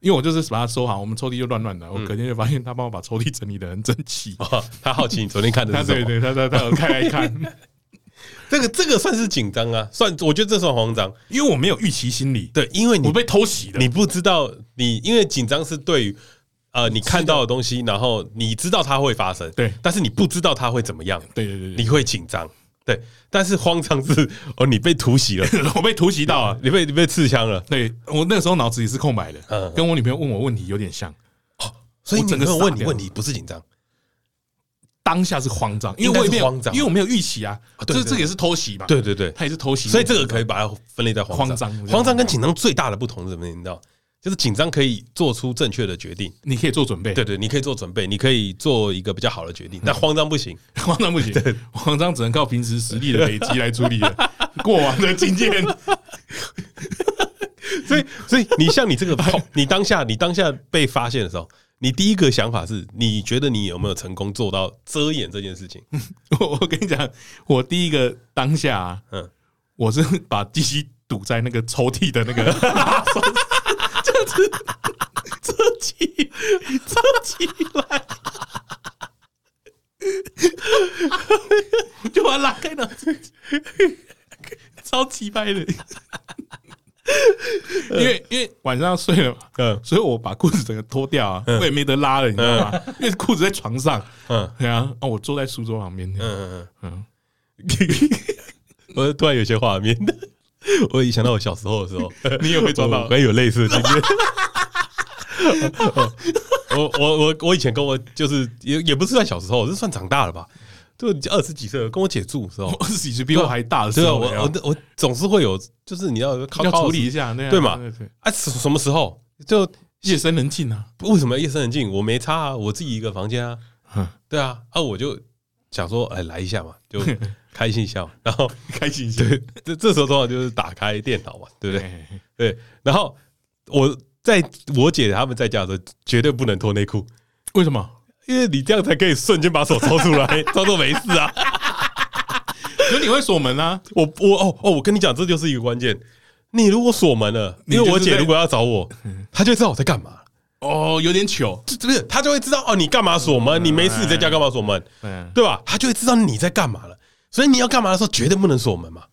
S2: 因为我就是把它收好，我们抽屉就乱乱的，我隔天就发现他帮我把抽屉整理的很整齐。
S1: 嗯哦他好奇你昨天看的
S2: 他
S1: 是什
S2: (laughs) 对
S1: 么？
S2: 对，他他他有看来
S1: (laughs)
S2: 看，
S1: 这个这个算是紧张啊，算我觉得这算慌张。
S2: 因为我没有预期心理，
S1: 对，因为你
S2: 我被偷袭的
S1: 你。不知道你，因为紧张是对于呃你看到的东西，然后你知道它会发生，
S2: 对
S1: 但是你不知道它会怎么样，
S2: 对对对对，
S1: 你会紧张，对。但是慌张是哦，你被突
S2: (laughs)
S1: 袭了，
S2: (laughs) 我被突袭到啊！
S1: 你被你被刺伤了，
S2: 对我那时候脑子也是空白的，
S1: 嗯
S2: 跟我女朋友问我问题有点像，
S1: 所以
S2: 我
S1: 你
S2: 整个
S1: 没有
S2: 傻
S1: 问你
S2: 掉
S1: 问题不是紧张，
S2: 当下是慌张，因
S1: 应
S2: 为
S1: 该
S2: 我
S1: 是
S2: 也没有
S1: 慌张
S2: 因为我没有预期啊，
S1: 啊对
S2: 这
S1: 对
S2: 这也是偷袭嘛，
S1: 对对对，
S2: 他也是偷袭，
S1: 所以这个可以把它分类在
S2: 慌
S1: 慌
S2: 张
S1: 张
S2: 我觉。得
S1: 慌张跟紧张最大的不同是什么？你知道，就是紧张可以做出正确的决定，
S2: 你可以做准备，
S1: 对对，你可以做准备，你可以做一个比较好的决
S2: 嗯
S1: 定，但慌张不行。
S2: (laughs) 慌张不行，慌张只能靠平时实力的累积来处理了。过往的经验，
S1: 所以，所以你像你这个痛，你当下你当下被发现的时候，你第一个想法是，你觉得你有没有成功做到遮掩这件事
S2: (laughs)
S1: 情？
S2: 我我跟你讲，我第一个当下、啊，
S1: 嗯，
S2: 我是把鸡鸡堵在那个抽屉的那个拉手， (laughs) 就是遮起遮起来，就把它拉开了，超级掰的。因为因为晚上要睡了嘛，
S1: 嗯
S2: 所以我把裤子整个脱掉啊，我也没得拉了，你知道吗？因为裤子在床上，
S1: 嗯
S2: (laughs) 对啊，啊，我坐在书桌旁边，
S1: 嗯
S2: 嗯
S1: 嗯嗯。我突然有些画面，我一想到我小时候的时候，
S2: 你有被抓到
S1: 我我也有类似的经验。我哦我我我以前跟我就是也也不是算小时候，是算长大了吧，就二十几岁跟我姐住的时候
S2: (laughs) 我，二十几岁比我还大的时
S1: 对啊，
S2: 候，
S1: 我
S2: 哎呀
S1: 我我总是会有，就是你要靠
S2: 要
S1: 靠
S2: 处理一下，那样
S1: 对嘛
S2: 对，
S1: 啊，什什么时候就
S2: 夜深人静啊，
S1: 为什么要夜深人静？我没差啊，我自己一个房间啊
S2: 嗯，
S1: 对啊，啊，我就想说，哎，来一下嘛，就 (laughs) 开心一下嘛。然后
S2: (laughs) 开心心，
S1: 对，这这时候通常就是打开电脑嘛，对不对？
S2: 对，
S1: 对。然后我在我姐他们在家的时候，绝对不能脱内裤，
S2: 为什么？
S1: 因为你这样才可以瞬间把手抽出
S2: (laughs)
S1: 来，装作没事啊。
S2: 可你会锁门啊？
S1: 我我哦哦，我跟你讲，这就是一个关键。你如果锁门了，
S2: 你
S1: 因
S2: 就是
S1: 为我姐
S2: 在嗯
S1: 如果要找我，她就会知道我在干嘛。
S2: 哦，有点糗。
S1: 这不是她就会知道哦，你干嘛锁门？你没事你在家干嘛锁门？
S2: 嗯，
S1: 对吧？她就会知道你在干嘛了。所以你要干嘛的时候，绝对不能锁门嘛。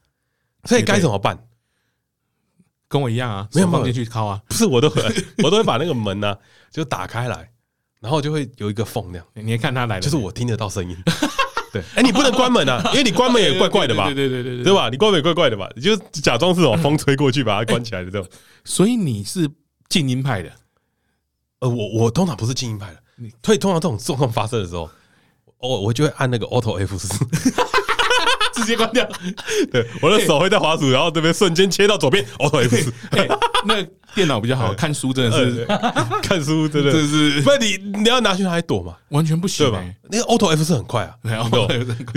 S1: 所以该怎么办？
S2: 跟我一样啊，
S1: 没有
S2: 手放
S1: 没
S2: 进
S1: 有
S2: 去敲啊。
S1: 不是我都会， (laughs) 我都会把那个门呢、啊就打开来，然后就会有一个缝那样，
S2: 你还看他来了，
S1: 就是我听得到声音。对，哎、你不能关门 (laughs) 啊，因为你关门也怪怪的吧？
S2: 对对对对对
S1: 对？吧？你关门也怪怪的吧？你就假装是什么风吹过去把它关起来的这种。
S2: 所以你是静音
S1: (laughs)
S2: 派的，
S1: 呃，我我通常不是精英派的
S2: 你，
S1: 所以通常这种状况发生的时候，我我就会按那个 Auto F 四，
S2: 直接关掉。
S1: 对，我的手会在滑鼠，然后这边瞬间切到左边 Auto F 四，
S2: (laughs) 哎那电脑比较好看书，真的是
S1: (laughs) 看书哎真的
S2: 真是
S1: 不，你你要拿去哪里躲嘛？
S2: 完全不行
S1: 对吧
S2: (laughs) 欸。？
S1: 那个 Auto F 四很快啊，
S2: 对
S1: 你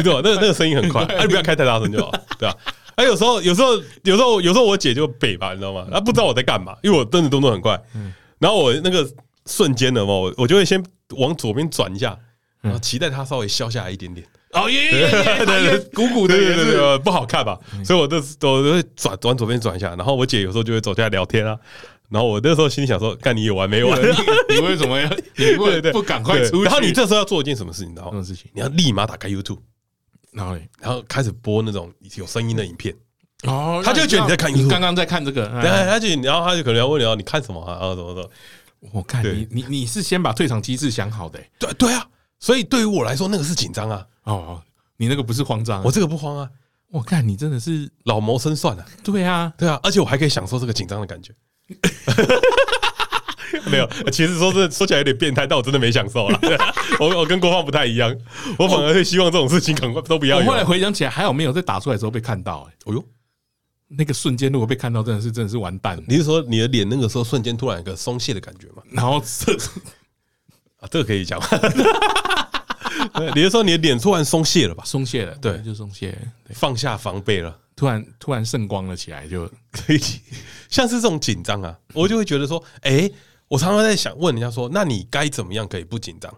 S1: 懂
S2: Auto F 4很
S1: 你懂？
S2: 快
S1: 那个那个声音很快，哎，不要开太大声
S2: (laughs)
S1: 就好，对吧？哎，有时候有时候有时候有时候我姐就北吧，你知道吗？她不知道我在干嘛，因为我真的动作很快，
S2: 嗯
S1: 然后我那个瞬间的嘛，我我就会先往左边转一下，然后期待它稍微消下来一点点。
S2: 嗯哦耶耶耶，
S1: (laughs) 对
S2: 耶
S1: 对
S2: 鼓鼓的
S1: 对
S2: 也
S1: 对对对
S2: 是。嗯
S1: 对，不好看吧？所以我都我都会转转左边转一下，然后我姐有时候就会走下来聊天啊。然后我那时候心里想说，看你有完没
S2: (laughs)
S1: 完？
S2: 你为什么要？你
S1: 对
S2: 为
S1: 对，
S2: 不赶快出去？
S1: 对然后你这时候要做一件什么事情，你知道
S2: 这种
S1: 吗？
S2: 事情，
S1: 你要立马打开 YouTube，
S2: 然后嘞，
S1: 然后开始播那种有声音的影片。
S2: 哦
S1: 他就觉得你在看 YouTube
S2: 刚刚在看这个。
S1: 对，
S2: 哎
S1: 他就然后他就可能要问你啊，你看什么啊？啊，怎么怎么？
S2: 我看
S1: 对
S2: 你，你你是先把退场机制想好的欸。
S1: 对对啊，所以对于我来说，那个是紧张啊，
S2: 哦，你那个不是慌张啊，
S1: 我这个不慌啊，
S2: 我看你真的是
S1: 老谋深算啊，
S2: 对啊，
S1: 对啊，而且我还可以享受这个紧张的感觉。 (laughs) 没有，其实说真的，说起来有点变态，但我真的没享受啊。 (laughs) 我我跟郭放不太一样，我反而会希望这种事情赶快都不要
S2: 我
S1: 有。
S2: 后来
S1: 哎
S2: 回想起来，还有没有在打出来之后被看到？哎，
S1: 呦，
S2: 那个瞬间如果被看到，真的是真的是完蛋。
S1: 你是说你的脸那个时候瞬间突然有个松懈的感觉吗？
S2: 然后这
S1: 啊，这个可以讲。 (laughs) 你是说你的脸突然 (laughs) 松懈了吧？
S2: 松懈了，
S1: 对
S2: 就松懈，对，
S1: 放下防备了，
S2: 突然突然圣光了起来，就
S1: 所以像是这种紧张啊，我就会觉得说，哎、我常常在想问人家说，那你该怎么样可以不紧张？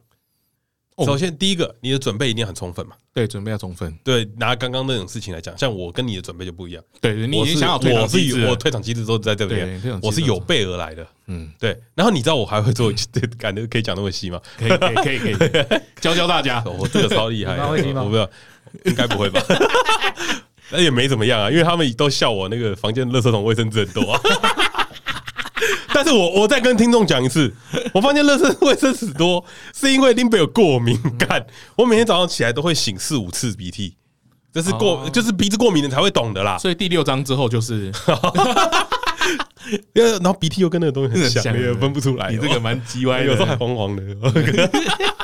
S2: 哦
S1: 首先，第一个，你的准备一定很充分嘛。
S2: 对，准备要重分，
S1: 对，拿刚刚那种事情来讲，像我跟你的准备就不一样。
S2: 对，你已
S1: 我
S2: 经
S1: 是
S2: 想好退场
S1: 我是
S2: 机制
S1: 有
S2: 了，
S1: 我退场机制都在这
S2: 对退场
S1: 边，
S2: 机
S1: 我
S2: 制
S1: 是有备而来的。
S2: 嗯，
S1: 对，然后你知道我还会做， (laughs) 对，感觉可以讲那么细吗？
S2: 可以可以可以
S1: (laughs)
S2: 可以，教教大家，
S1: 我哦这个超厉害的，
S3: 你妈会听吗
S1: 我不知道，应该不会吧？ (laughs) 那也没怎么样啊，因为他们都笑我那个房间的垃圾桶卫生纸很多啊。 (laughs) 但是我我再跟听众讲一次，我发现垃圾卫生纸多是因为林北有过敏
S2: 嗯
S1: 感，我每天早上起来都会醒四五次鼻涕，这是过、
S2: 哦
S1: 就是鼻子过敏的才会懂的啦。
S2: 所以第六章之后就是
S1: 因为然后鼻涕又跟那个东西很像，
S2: 很像
S1: 也分不出来。哦
S2: 你这个蛮鸡歪的，
S1: 有时候还黄黄的。哦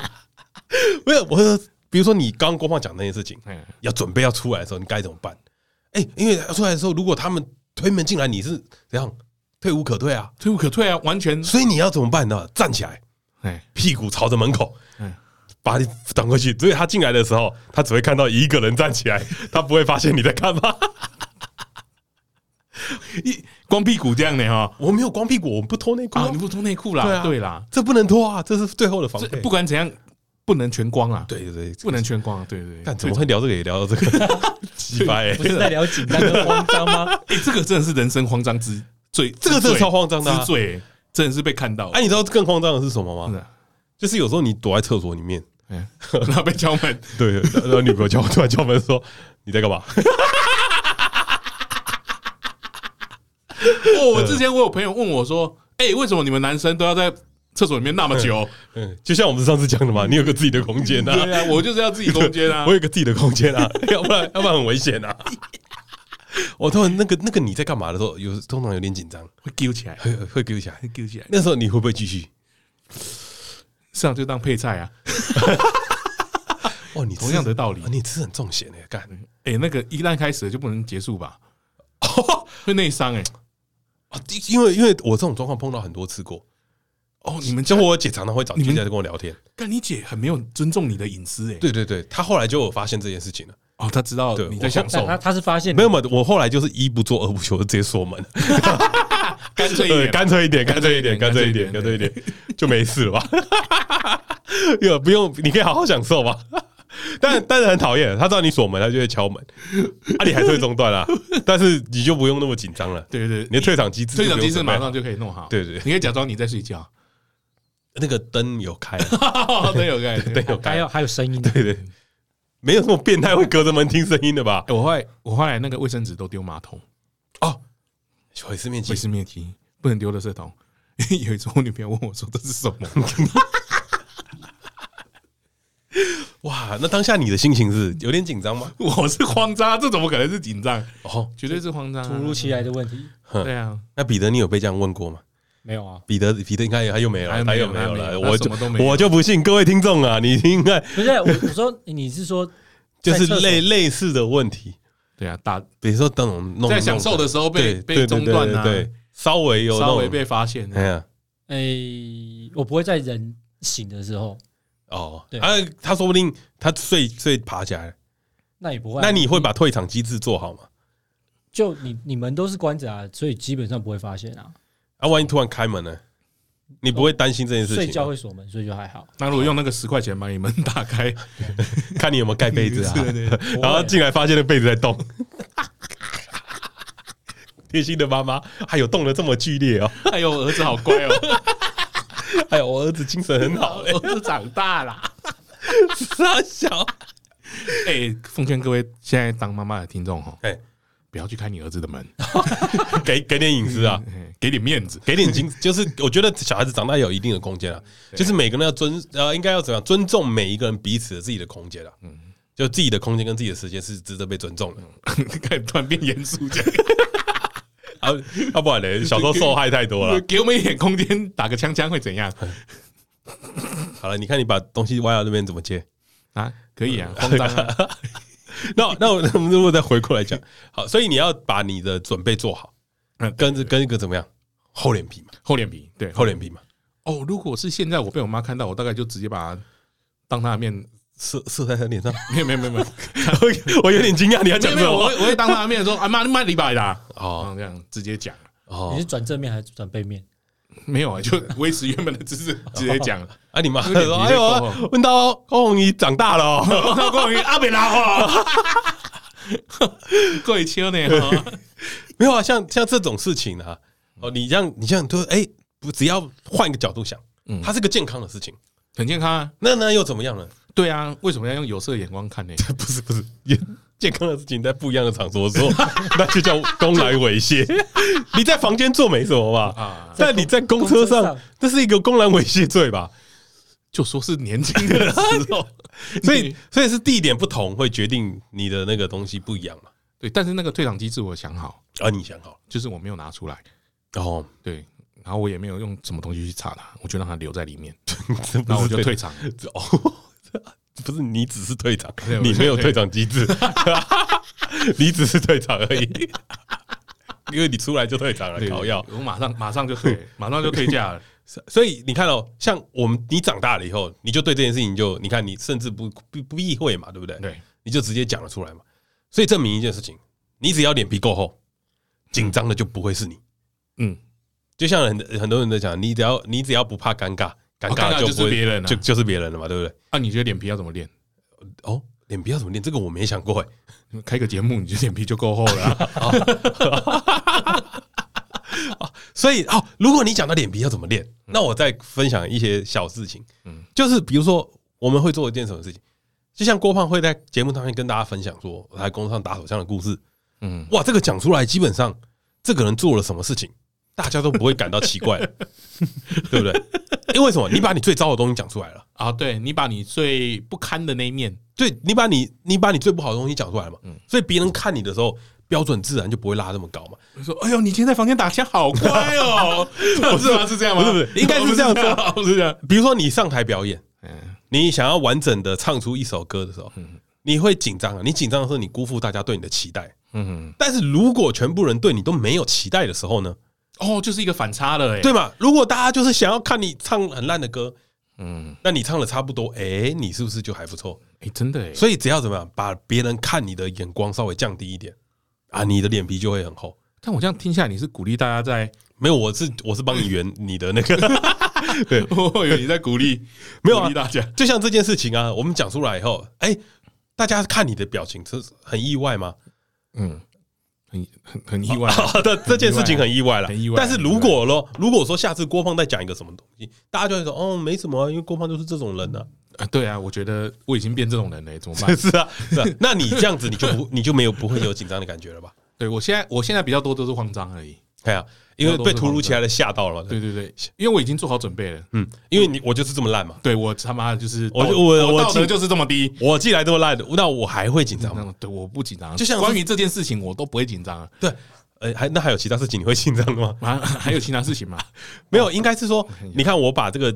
S1: (laughs) 没有，我是说比如说你刚刚郭胖讲那件事情，
S2: 嗯
S1: 要准备要出来的时候，你该怎么办？哎、因为出来的时候，如果他们推门进来，你是怎样退无可退啊？
S2: 退无可退啊，完全，
S1: 所以你要怎么办呢？站起来，
S2: 哎，
S1: 屁股朝着门口
S2: 嗯，
S1: 把你挡过去。所以他进来的时候，他只会看到一个人站起来， (laughs) 他不会发现你在干嘛。
S2: 一光屁股这样的哈，
S1: 我没有光屁股，我不脱内裤啊、
S2: 啊，你不脱内裤
S1: 对
S2: 啦，
S1: 啊
S2: 对啦，
S1: 这不能脱啊，这是最后的防
S2: 这
S1: 备。
S2: 不管怎样不能全光啊，，
S1: 对对对，
S2: 不能全光啊，对对，对
S1: 看，怎么会聊这个也聊 (laughs) 到这个，鸡掰、 (laughs) 欸
S3: 不！是在聊紧张跟慌张吗？
S2: 哎，这个真的是人生慌张之最，
S1: 这个真的超慌张的啊
S2: 之最，真的是被看
S1: 哎、
S2: 到，
S1: 哦
S2: 哎，
S1: 你知道更夸张的是什么
S2: 真
S1: 吗？
S2: 的
S1: 就是有时候你躲在厕所里面，
S2: 哎 (laughs) 然后被敲
S1: (laughs)
S2: 门，
S1: 对，然后女朋友敲 (laughs) 突然敲门说：“你在干嘛
S2: 哦，我之前我有朋友问我说：“哎、为什么你们男生都要在厕所里面那
S1: (laughs)
S2: 么久？”？”
S1: 嗯，就像我们上次讲的嘛，你有个自己的空间
S2: 嗯对
S1: 啊，
S2: 啊，我就是要自己空间啊
S1: (laughs) 我。有个自己的空间
S2: (laughs)
S1: 啊，要不然要不然很危险啊。我突然那个那个你在干嘛的时候，有通常有点紧张，
S2: 会揪起来，
S1: 会会丢起来。
S2: 会揪起来，
S1: 那时候你会不会继续？
S2: 上就当配菜啊。
S1: 哦，你吃
S2: 同样的道理
S1: 哦你吃很重咸的干。
S2: 哎、那个一旦开始就不能结
S1: (laughs)
S2: 束吧？会内伤哎。
S1: 哦因为因为我这种状况碰到很多次过，
S2: 哦，你们
S1: 就
S2: 就
S1: 我姐常常会找
S2: 你
S1: 去
S2: 们
S1: 在跟我聊天，
S2: 干你姐很没有尊重你的隐私哎。
S1: 对对对，她后来就有发现这件事情了。
S2: 哦，她知道
S1: 对
S2: 你
S1: 我
S2: 在 (laughs) 享
S1: 手
S2: 受
S3: 但，他他是发现
S1: 没有嘛，我后来就是一不做二不休，就直接锁门，
S2: 干脆一
S1: 对，
S2: 点。
S1: 干脆一点，干脆一点，干脆一点，
S2: 干
S1: 干
S2: 脆
S1: 脆
S2: 一
S1: 一点，就没事了吧？ (laughs) 有不用，你可以好好享受吧。 (laughs) 但但是很讨厌，他知道你锁门，他就会敲门，啊，你还是会中断啦。但是你就不用那么紧张了，
S2: 对对，
S1: 你的退场机制就
S2: 退
S1: 不
S2: 场
S1: 用
S2: 机制
S1: 准备
S2: 马上就可以弄好。
S1: 对对对
S2: 你可以假装你在睡
S1: (laughs)
S2: 觉。哦
S1: 那个灯有开，啊
S2: 对，有概
S1: 灯
S2: 念。
S1: 有
S3: 还
S1: 开
S3: 有，还有声音，
S1: 对对，没有那么变态会隔着门听声音的吧？
S2: 欸我后来我后来那个卫生纸都丢马桶，
S1: 哦，毁尸灭迹
S2: 卫，生面积不能丢垃圾桶。 (laughs) 有一次我女朋友问我说这是什么，
S1: (laughs) 哇，那当下你的心情是有点紧张吗？
S2: 我是慌张，这怎么可能是紧张？
S1: 哦，
S2: 绝对是慌张啊、
S3: 突如其来的问题
S2: 对啊，
S1: 那彼得，你有被这样问过吗？
S3: 没有啊？
S1: 彼得，彼得应该他又没有了，
S2: 他
S1: 他
S2: 又
S1: 又
S2: 没
S1: 没
S2: 有
S1: 有了，
S2: 他
S1: 我
S2: 什
S1: 就
S2: 么都没有
S1: 我就不信各位听众啊，你应该
S3: 不是我我说你
S2: (laughs)
S3: 是说
S1: 就是
S3: 在厕所
S1: 类类似的问题，
S2: 对啊，打
S1: 比如说那种弄
S2: 在享受的时候
S1: 对
S2: 被被
S1: 对对
S2: 中断啊，
S1: 对，对对稍微有那
S2: 稍微
S1: 种
S2: 被发现啊、
S1: 哎呀
S3: 诶，哎我不会在人醒的时候，
S1: 哦
S3: 对，
S1: 啊，他说不定他睡睡爬起来了，
S3: 那也不会啊。
S1: 那你会把退场机制做好吗？
S3: 就你你们都是关着啊，所以基本上不会发现啊。
S1: 啊，万一突然开门呢？你不会担心这件事情？
S3: 睡觉会锁门，所以就还好。
S2: 那如果用那个十块钱把你们打开， (laughs)
S1: 看你有没有盖被子啊？
S2: 对对对
S1: (laughs) 然后进来发现那被子在
S2: (laughs)
S1: 动。贴心的妈妈，还有动的这么剧烈哦！
S2: 哎呦，我儿子好乖哦，
S1: 哎呦，我儿子精神很好、欸，
S2: 啊我啊儿子长大啦。
S1: 傻小。
S2: (laughs) 哎、奉劝各位现在当妈妈的听众哦，
S1: (laughs) 哎，
S2: 不要去开你儿子的门， (laughs)
S1: 给给点隐私啊，
S2: 哎给点面子。 (laughs)
S1: 给点精，就是我觉得小孩子长大有一定的空间啊，就是每个人要尊呃，应该要怎么样尊重每一个人彼此的自己的空间啊。
S2: 嗯
S1: 就自己的空间跟自己的时间是值得被尊重的，
S2: (laughs) 看突然变严肃 (laughs) 这样。
S1: 啊，要不然呢？小时候受害太多了。
S2: 给我们一点空间，打个枪枪会怎样
S1: 好了，你看你把东西歪到那边怎么
S2: (laughs)
S1: 接？
S2: 啊？可以 (laughs) 啊，慌张啊，
S1: 那那我 (laughs) 那我们如果再回过来讲，好，所以你要把你的准备做好，
S2: 嗯
S1: 跟着跟一个怎么样厚脸皮嘛，
S2: 厚脸皮。对，
S1: 厚脸皮嘛，
S2: 哦，如果是现在我被我妈看到，我大概就直接把她当她的面， (laughs)
S1: 射射在他脸上，
S2: 没有没有没有 (laughs) 没有，
S1: (laughs) 我有点惊讶，你要
S2: 没
S1: 讲这
S2: 有没有，
S1: 种
S2: 我
S1: 话
S2: 会我会当她的面说，啊 (laughs) 妈，你卖李白啦，
S1: 哦
S2: 哦，这样直接讲，
S3: 你
S1: 哦
S3: 是，转正面还是转背面？
S2: 没有啊， (laughs) 就维持原本的姿势，直接 (laughs) 讲。
S1: 啊你妈
S2: 有点皮
S1: 说，哎呦
S2: 在过后，
S1: 问到高宏仪长大了哦， (laughs)
S2: 我关于阿北拉话， (laughs) 过一秋呢，哦
S1: 没有啊，像像这种事情啊，哦，你让你像就是哎，不只要换一个角度想
S2: 嗯，
S1: 它是个健康的事情，
S2: 很健康啊。
S1: 那那又怎么样呢？
S2: 对啊，为什么要用有色眼光看呢？
S1: (laughs) 不是不是，也健康的事情在不一样的场所 (laughs) 做，那就叫公然猥亵。 (laughs) 你在房间做没什么吧？
S2: 啊，
S1: 但你在公车
S3: 公车
S1: 上
S3: 上，
S1: 这是一个公然猥亵罪 (laughs) 吧？
S2: 就说是年轻的
S1: (laughs)
S2: 时候，
S1: 所以，所以是地点不同会决定你的那个东西不一样嘛？
S2: 对，但是那个退场机制我想好，
S1: 啊，你想好了，
S2: 就是我没有拿出来，
S1: 然后
S2: 对，然后我也没有用什么东西去查它，我就让它留在
S1: (laughs)
S2: 里面，
S1: 这不
S2: 然后我
S1: 是
S2: 就退场。
S1: (laughs) 哦，这不是你只是退场
S2: 对，
S1: 你没有退场机
S2: (laughs)
S1: 制，你只是退场而已，因为你出来就退场了，
S2: 对
S1: 烤药。
S2: 我马上马上就退，马上就退
S1: (laughs)
S2: 价了。
S1: 所以你看哦，像我们你长大了以后，你就对这件事情就你看你甚至不不不避讳嘛，对不对？
S2: 对，
S1: 你就直接讲了出来嘛。所以证明一件事情，你只要脸皮够厚，紧张的就不会是你。
S2: 嗯，
S1: 就像很很多人在讲，你只要你只要不怕尴尬，尴
S2: 哦尴尬
S1: 尬就
S2: 就是
S1: 不会
S2: 别人啊
S1: 就就是别人了嘛，对不对？
S2: 啊，你觉得脸皮要怎么练？
S1: 哦，脸皮要怎么练？这个我没想过哎。
S2: 开个节目，你就脸皮就够厚了
S1: (laughs)
S2: 啊、
S1: 所以哦，如果你讲到脸皮要怎么练，那我再分享一些小事情，
S2: 嗯
S1: 嗯，就是比如说我们会做一件什么事情，就像郭胖会在节目上面跟大家分享说我在工作上打手枪的故事，
S2: 嗯，
S1: 哇，这个讲出来，基本上这个人做了什么事情，大家都不会感到奇怪， (laughs) 对不对？因为为什么？你把你最糟的东西讲出来了，
S2: 啊，对你把你最不堪的那一面，
S1: 对你把你你把你最不好的东西讲出来了嘛
S2: 嗯，
S1: 所以别人看你的时候。标准自然就不会拉那么高嘛？
S2: 说，哎呦，你今天在房间打枪好乖哦，
S1: (laughs)
S2: 不是吗？是这样吗？
S1: 不是不是 (laughs) 应该是这样子啊
S2: 不是这样。
S1: 比如说你上台表演，
S2: 嗯，
S1: 你想要完整的唱出一首歌的时候，你会紧张啊。你紧张的时候，你辜负大家对你的期待。
S2: 嗯，
S1: 但是如果全部人对你都没有期待的时候呢？
S2: 哦，就是一个反差了哎、
S1: 对嘛？如果大家就是想要看你唱很烂的歌，
S2: 嗯，
S1: 那你唱的差不多，哎、你是不是就还不错？
S2: 哎、真的哎、
S1: 所以只要怎么样，把别人看你的眼光稍微降低一点啊，你的脸皮就会很厚。
S2: 但我这样听下来，你是鼓励大家在，
S1: 没有，我是我是帮你圆你的那个，
S2: (laughs) 我以为你哦在鼓 (laughs) 励，
S1: 没有啊
S2: 鼓励大家，
S1: 就像这件事情啊，我们讲出来以后，哎、大家看你的表情，这是很意外
S2: (laughs)
S1: 吗？
S2: 嗯，很很很意外，啊 (laughs)
S1: 好的， (laughs) 这件事情很意外了，
S2: 哦很意外
S1: 但是如果咯，如果说下次郭胖再讲一个什么东西，大家就会说哦，没什么啊，因为郭胖就是这种
S2: (laughs)
S1: 人呢、
S2: 啊，对啊，我觉得我已经变这种人了、怎么
S1: 啊，
S2: 办？
S1: 是啊，是啊。那你这样子，你就不， (laughs) 你就没有不会有紧张的感觉了吧？
S2: 对我现在我现在比较多都是慌张而已。
S1: 哎呀，因为被突如其来的吓到了嘛。
S2: 对对对，因为我已经做好准备了。
S1: 嗯，因为你我就是这么烂嘛，
S2: 对我他妈的就是
S1: 我
S2: 道
S1: 我我
S2: 哦道德
S1: 进
S2: 就是这么低。
S1: 我既然这么烂，那我还会紧张吗？
S2: 那种对，我不紧张，
S1: 就像是
S2: 关于这件事情，我都不会紧张啊。
S1: 对，呃，还那还有其他事情你会紧张的吗？
S2: 啊， (laughs) 还有其他事情吗？
S1: 没有，应该是说
S2: 哦看一，下
S1: 你看我把这个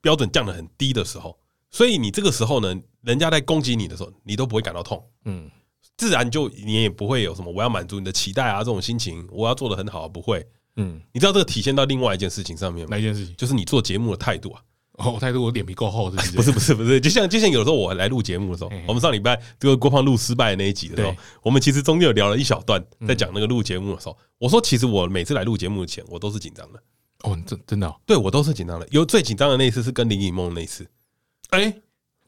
S1: 标准降得很低的时候，所以你这个时候呢，人家在攻击你的时候，你都不会感到痛。
S2: 嗯，
S1: 自然就你也不会有什么我要满足你的期待啊这种心情，我要做的很好、啊不会。
S2: 嗯，
S1: 你知道这个体现到另外一件事情上面吗
S2: 哪？一件事情？
S1: 就是你做节目的态度啊，
S2: 哦，态度我脸皮够厚，是
S1: 不
S2: 不是？
S1: 是不是不是，就像就像有时候我来录节目的时候
S2: 嘿嘿，
S1: 我们上礼拜这个郭胖录失败的那一集的时候
S2: 对，
S1: 我们其实中间有聊了一小段，
S2: 嗯
S1: 在讲那个录节目的时候，我说其实我每次来录节目前，我都是紧张的，
S2: 哦，你真真的哦，
S1: 对我都是紧张的。有最紧张的那一次是跟林以梦那一次，
S2: 哎，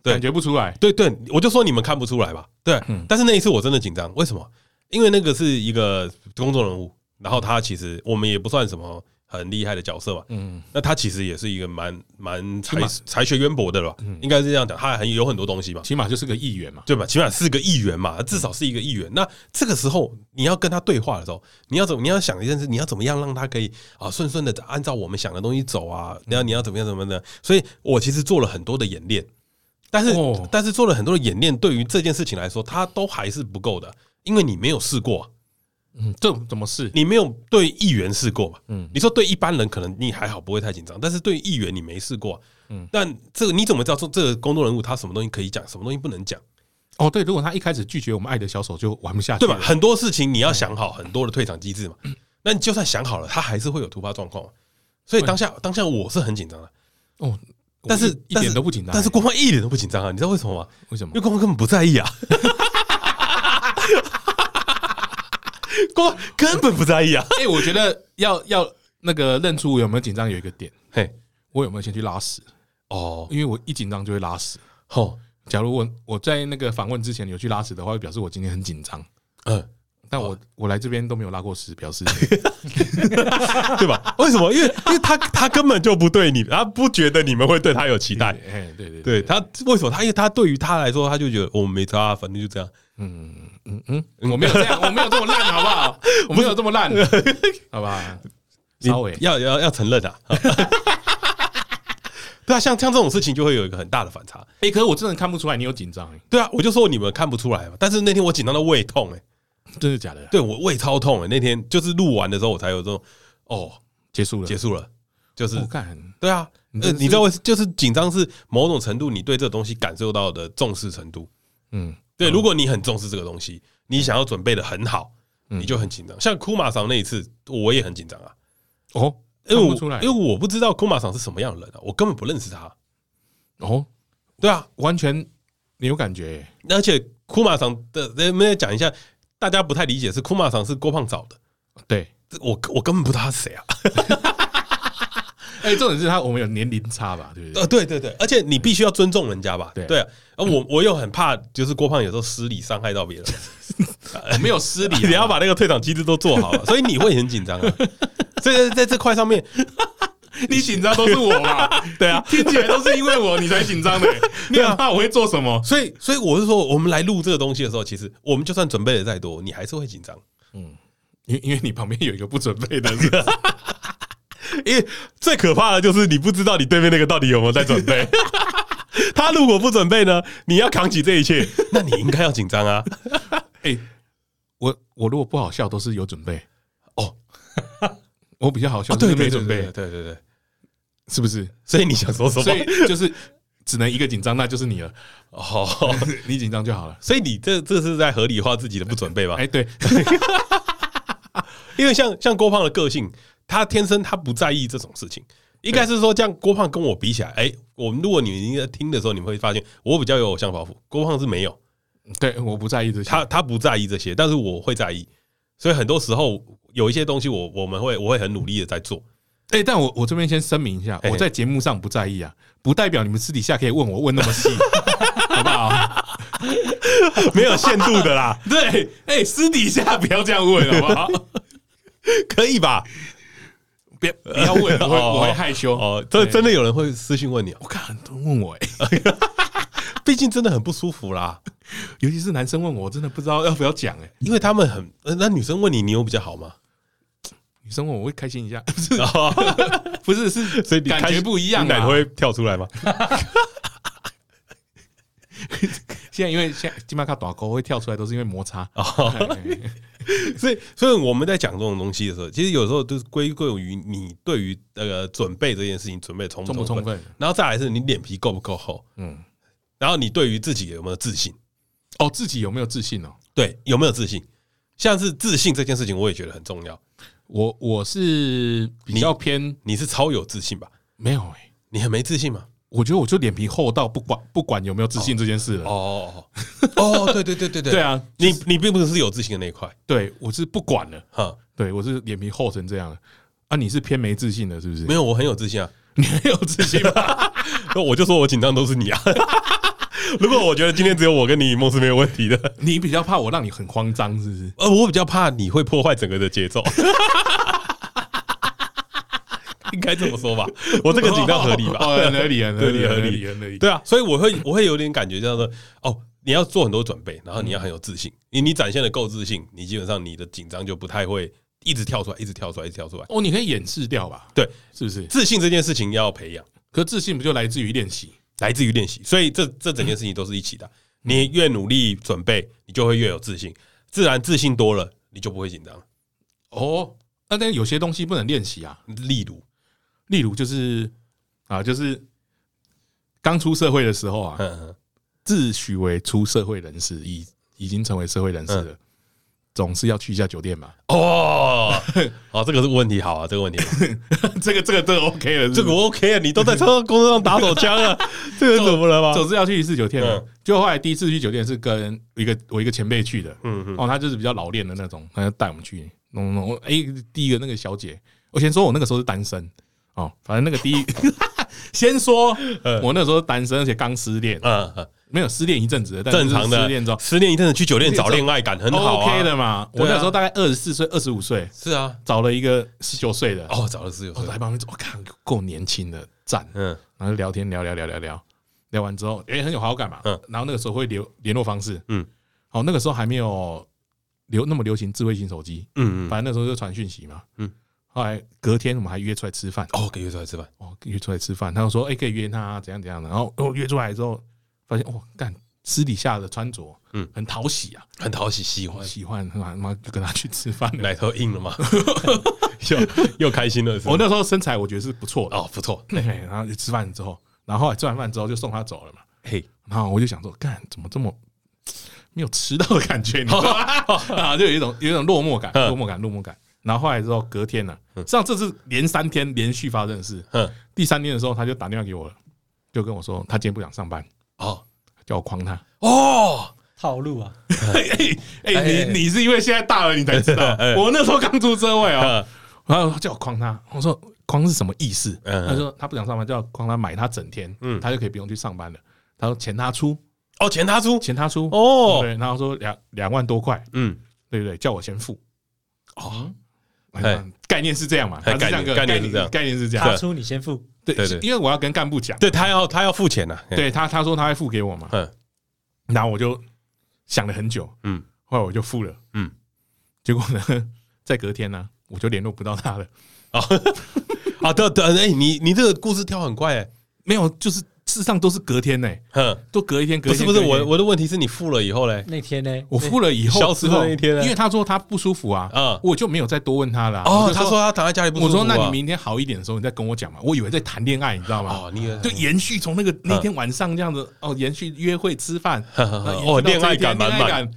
S1: 对
S2: 感觉不出来。
S1: 对对，我就说你们看不出来吧？对，
S2: 嗯
S1: 但是那一次我真的紧张，为什么？因为那个是一个公众人物，然后他其实我们也不算什么很厉害的角色嘛，
S2: 嗯，
S1: 那他其实也是一个蛮蛮才
S2: 蛮
S1: 才学渊博的了吧，
S2: 嗯
S1: 应该是这样讲，他很有很多东西嘛，
S2: 起码就是个议员嘛。
S1: 对吧？起码是个议员嘛，至少是一个议员。
S2: 嗯
S1: 那这个时候你要跟他对话的时候，你要怎么？你要想一件事，你要怎么样让他可以啊顺顺的按照我们想的东西走啊？然后你要怎么样怎么样的？所以我其实做了很多的演练，但是、
S2: 哦
S1: 但是做了很多的演练，对于这件事情来说，它都还是不够的，因为你没有试过啊、
S2: 嗯，这怎么是？
S1: 你没有对议员试过嘛？
S2: 嗯
S1: 你说对一般人可能你还好不会太紧张，但是对议员你没试过啊、
S2: 嗯
S1: 但这个你怎么知道说这个公众人物他什么东西可以讲，什么东西不能讲？
S2: 哦，对，如果他一开始拒绝我们爱的小手，就玩不下去
S1: (laughs) 对
S2: 了
S1: 吧？？很多事情你要想好很多的退场机制嘛。
S2: 嗯
S1: 那你就算想好了，他还是会有突发状况嘛。所以当下当下我是很紧张的，
S2: 哦，我
S1: 但是
S2: 一一
S1: 但是
S2: 点都不紧张，欸
S1: 但是郭胖一点都不紧张啊！你知道为什么吗？
S2: 为什么
S1: 因为？郭胖根本不在意啊， (laughs) 郭胖根本不在意啊。
S2: 哎、我觉得要要那个认出我有没有紧张有一个点，
S1: 嘿，
S2: 我有没有先去拉屎？
S1: 哦，
S2: 因为我一紧张就会拉屎。
S1: 吼，
S2: 假如我我在那个访问之前有去拉屎的话，就表示我今天很紧张。
S1: 嗯， (laughs)
S2: 但我我来这边都没有拉过屎，表示
S1: 对吧？为什么？因为因为他他根本就不对你，他不觉得你们会对他有期待。
S2: 哎，对对
S1: 对，他为什么？他因为他对于他来说，他就觉得我们没差啊，反正就这样。
S2: 嗯嗯嗯，我没有这样，我没有这么烂，好不好？我没有这么
S1: (laughs)
S2: 烂，好吧？
S1: 你
S2: 稍微
S1: 要要要承认啊。 (laughs) 对啊，像像这种事情就会有一个很大的反差。
S2: 哎、可是我真的看不出来你有紧张、欸，
S1: 对啊，我就说你们看不出来嘛，但是那天我紧张到胃痛哎、
S2: 真的假的？
S1: 对我胃超痛哎、那天就是录完的时候我才有这种哦，
S2: 结束了，
S1: 结束了，就是
S2: 我、干，
S1: 对啊，
S2: 哦你
S1: 呃，
S2: 真的是
S1: 你知道为就是紧张是某种程度你对这个东西感受到的重视程度。
S2: 嗯，
S1: 对，如果你很重视这个东西，你想要准备的很好，
S2: 嗯
S1: 你就很紧张。像库马桑那一次，我也很紧张啊，
S2: 哦，
S1: 因
S2: 看
S1: 为
S2: 不
S1: 我
S2: 出来，
S1: 因为我不知道库马桑是什么样的人啊，我根本不认识他。
S2: 哦，
S1: 对啊，
S2: 完全没有感觉、欸
S1: 而且库马桑的，呃我们要讲一下，大家不太理解是库马桑是郭胖找的，
S2: 对，
S1: 这我我根本不知道他是谁啊。
S2: 哎、重点是他我们有年龄差吧，对不对？
S1: 呃， (laughs) 对对对，而且你必须要尊重人家吧？
S2: 对
S1: 对啊，呃我我又很怕，就是郭胖有时候失礼伤害到
S2: (laughs)
S1: 别人，呃
S2: 我 (laughs) 没有失礼、啊，
S1: 你要把那个退场机制都做好
S2: (laughs)
S1: 了，所以你会很紧张啊。所以在在这块上面，
S2: 你紧张都是我嘛？
S1: (laughs) 对啊，
S2: 听起来都是因为我你才
S1: (laughs)
S2: 紧张的、你很怕我会做什么？
S1: 所以所以我是说，我们来录这个东西的时候，其实我们就算准备的再多，你还是会紧张，
S2: 因因为你旁边有一个不准备的
S1: (laughs)
S2: 是，
S1: 因为最可怕的就是你不知道你对面那个到底有没有在准 (laughs) 备。他如果不准备呢，你要扛起这一切， (laughs) 那你应该要紧张 (laughs) 啊。
S2: 哎、我我如果不好笑都是有准备
S1: 哦，
S2: (laughs) 我比较好笑
S1: 啊
S2: 就是没准备，
S1: 对对对，
S2: 是不是？
S1: 所以你想说什
S2: 所
S1: 么
S2: 以？就是只能一个紧张，那就是你了，
S1: (laughs)
S2: (laughs)
S1: 哦，
S2: 你紧张就好了。
S1: 所以你这这是在哎合理化自己的不准备吧
S2: 哎、？对，
S1: 因为像像郭胖的个性，他天生他不在意这种事情。应该是说，这样郭胖跟我比起来，哎、我们如果你你在听的时候，你们会发现我比较有偶像包袱，郭胖是没有，
S2: (laughs) 对，我不在意这些。
S1: 他他不在意这些，但是我会在意，所以很多时候有一些东西我我们会我会很努力的在做， (laughs)
S2: 哎、但我我这边先声明一下，
S1: 嘿
S2: 我在节目上不在意啊，不代表你们私底下可以问我问那么 (laughs) 细，好不 (laughs) 好？
S1: 没有限度的
S2: (laughs)
S1: 啦，
S2: 对，哎、私底下不要这样 (laughs) 问，好不好？
S1: 可以吧？
S2: 别不要问， (laughs) 我会
S1: 哦
S2: 我会害羞。哦，
S1: 哦，真
S2: 对
S1: 真的有人会私信问你、啊，
S2: 我看很多人问我、哎，
S1: 毕竟真的很不舒服啦，
S2: 尤其是男生问我，我真的不知道要不要讲。哎，
S1: 因为他们很呃那女生问你，你有比较好吗？
S2: 女生问我我会开心一下， (laughs) 不是
S1: 然后
S2: 不是是，
S1: 哦所以你
S2: 感
S1: 开
S2: 觉
S1: 始
S2: 不一样
S1: 你奶
S2: 啊
S1: 头。会跳出来
S2: (laughs)
S1: 吗？
S2: 现在因为现在金马卡短沟会跳出来，都是因为摩擦。
S1: 哦
S2: 哎 (laughs)
S1: 所以，所以我们在讲这种东西的时候，其实有时候就是归咎于你对于那个准备这件事情准备充不
S2: 充不
S1: 充
S2: 充
S1: 分，
S2: 分？
S1: 然后再来是你脸皮够不够厚，
S2: 嗯，
S1: 然后你对于自己有没有自信，
S2: 哦，自己有没有自信哦？
S1: 对，有没有自信？像是自信这件事情，我也觉得很重要。
S2: 我我是比较偏
S1: 你是超有自信吧？
S2: 没有哎、
S1: 你很没自信吗？
S2: 我觉得我就脸皮厚到不管不管有没有自信这件事了。
S1: 哦哦 (laughs) 哦，对对对对对，
S2: 对，啊，
S1: 你你并不是有自信的那一块，
S2: 对我是不管了，
S1: 哈，
S2: 对我是脸皮厚成这样了。啊，你是偏没自信的，是不是？
S1: 没有，我很有自信啊。
S2: 你很有自
S1: (laughs)
S2: 信吧？
S1: 那我就说我紧张都是你啊。 (laughs) 如果我觉得今天只有我跟你梦是没有问题的，
S2: 你比较怕我让你很慌张，是不是？
S1: 呃，我比较怕你会破坏整个的节奏， (laughs) 应该这么说吧？我这个紧张合理 (laughs) 吧？
S2: 哦，很合理，很合理，
S1: 对
S2: 很
S1: 合
S2: 合
S1: 理
S2: 理，很合理。
S1: 对啊，所以我会我会有点感觉叫做哦，你要做很多准备，然后你要很有自信，你你展现的够自信，你基本上你的紧张就不太会一直跳出来，一直跳出来，一直跳出来。
S2: 哦，你可以掩饰掉吧？
S1: 对，
S2: 是不是？
S1: 自信这件事情要培养，
S2: 可自信不就来自于练习？
S1: 来自于练习，所以这这整件事情都是一起的。你越努力准备，你就会越有自信，自然自信多了，你就不会紧张。
S2: 哦，那但有些东西不能练习啊，
S1: 例如，
S2: 例如就是啊，就是刚出社会的时候啊，
S1: 嗯，
S2: 自诩为出社会人士，已已经成为社会人士了，
S1: 嗯
S2: 总是要去一下酒
S1: (laughs)
S2: 店嘛。
S1: 哦，好，这个是问题，好啊，这个 (laughs) 问题好，
S2: 这个这个都 OK 了，
S1: 这个我 OK 啊，你都在车工作上打手枪了， (laughs) 这个怎么了吗？
S2: 总是要去一次酒店嘛
S1: 嗯。
S2: 就后来第一次去酒店是跟一个我一个前辈去的，
S1: 嗯嗯，
S2: 哦，他就是比较老练的那种，他就带我们去弄弄。哎、第一个那个小姐，我先说我那个时候是单身哦，反正那个第一， (laughs) 先说
S1: 嗯
S2: 我那时候是单身，而且刚失恋，
S1: 嗯嗯，
S2: 没有失恋一阵子了，但是
S1: 正常的，
S2: 失恋之后
S1: 失恋一阵子去酒店找恋爱感很好啊
S2: OK 的嘛。我
S1: 对啊
S2: 那时候大概二十四岁、二十五岁，
S1: 是啊，
S2: 找了一个十九岁的，
S1: 哦，找了室友，
S2: 我在旁边说，我看够年轻的，赞。
S1: 嗯
S2: 然后就聊天聊聊聊聊聊，聊完之后，哎、很有好感嘛。
S1: 嗯
S2: 然后那个时候会留联络方式。
S1: 嗯，
S2: 好，那个时候还没有流那么流行智慧型手机，
S1: 嗯嗯，
S2: 反正那时候就传讯息嘛。
S1: 嗯，
S2: 后来隔天我们还约出来吃饭，
S1: 哦，给约出来吃饭，
S2: 哦，约出来吃饭，他就说，哎、可以约他、啊、怎样怎样的。然后哦，约出来之后，发现哦，干私底下的穿着，
S1: 嗯，哦
S2: 很讨喜啊，
S1: 很讨喜，喜欢，
S2: 喜欢，他妈就跟他去吃饭了。
S1: 奶头硬了吗？ (laughs) 又又开心了，是吗？
S2: 我哦那时候身材我觉得是不错的， (laughs)
S1: 哦，不错，
S2: 嘿嘿然后就吃饭之后，然后后来吃完饭之后就送他走了嘛。
S1: 嘿，
S2: 然后我就想说，干怎么这么没有吃到的感觉？你知道吗？ (laughs) 啊，就有一种有一种落寞感，
S1: 哦嗯
S2: 落寞感，落寞感。然后后来之后，隔天呢、啊，像这是连三天连续发生的事。
S1: 嗯，
S2: 第三天的时候，他就打电话给我了，就跟我说他今天不想上班，
S1: 哦
S2: 叫我
S1: (laughs)
S2: 诓他。
S1: 哦，
S3: 套路啊，
S2: 哎、你你是因为现在大了，你才知道，
S1: (laughs) 哎
S2: 我那时候刚出社会哦。
S1: 嗯
S2: 然后他叫我诓他，我说诓是什么意思？
S1: 嗯
S2: 他说他不想上班，叫我诓他买他整天，
S1: 嗯
S2: 他就可以不用去上班了。他说钱他出，
S1: 哦，钱他出，
S2: 钱他出，
S1: 哦，
S2: 对，然后说两两万多块，
S1: 嗯，
S2: 对不对？叫我先付。
S1: 哦，
S2: 哎概念是这样嘛？
S1: 哎
S2: 它是这样个
S1: 概念概念
S2: 念
S1: 是这样
S2: 概念是这
S3: 他
S2: 样。
S3: 出你先付，
S2: 对
S1: 对对
S2: 因为我要跟干部讲，
S1: 对他要他要付钱呐，啊嘿，
S2: 对他他说他会付给我嘛，
S1: 嗯
S2: 然后我就想了很久，
S1: 嗯，
S2: 后来我就付了，
S1: 嗯，
S2: 结果呢，在隔天呢，我就联络不到他了，
S1: 哦 (laughs) 啊，对对，哎，你你这个故事跳很快，哎，
S2: 没有，就是事实上都是隔天呢，
S1: 哼。
S2: 都隔一天，隔
S1: 不
S2: 一
S1: 是
S2: 天
S1: 不是，
S2: 隔一
S1: 我
S2: 天
S1: 我的问题是你付了以后嘞，
S3: 那天呢？
S2: 我付了以后
S1: 消失
S2: 之后
S1: 的那一天呢啊
S2: 因为他说他不舒服啊，
S1: 嗯
S2: 我就没有再多问他了啊。我
S1: 哦，
S2: 就
S1: 他说他躺在家里不舒
S2: 我
S1: 服啊，
S2: 说那你明天好一点的时候你再跟我讲嘛，我以为在谈恋爱，你知道吗？
S1: 哦，你也
S2: 就延续从那个那天晚上这样子哦，延续约会吃饭，
S1: (laughs) 呵呵呵哦
S2: 然后延续
S1: 恋
S2: 到
S1: 爱感
S2: 这一天
S1: 满满
S2: 恋爱感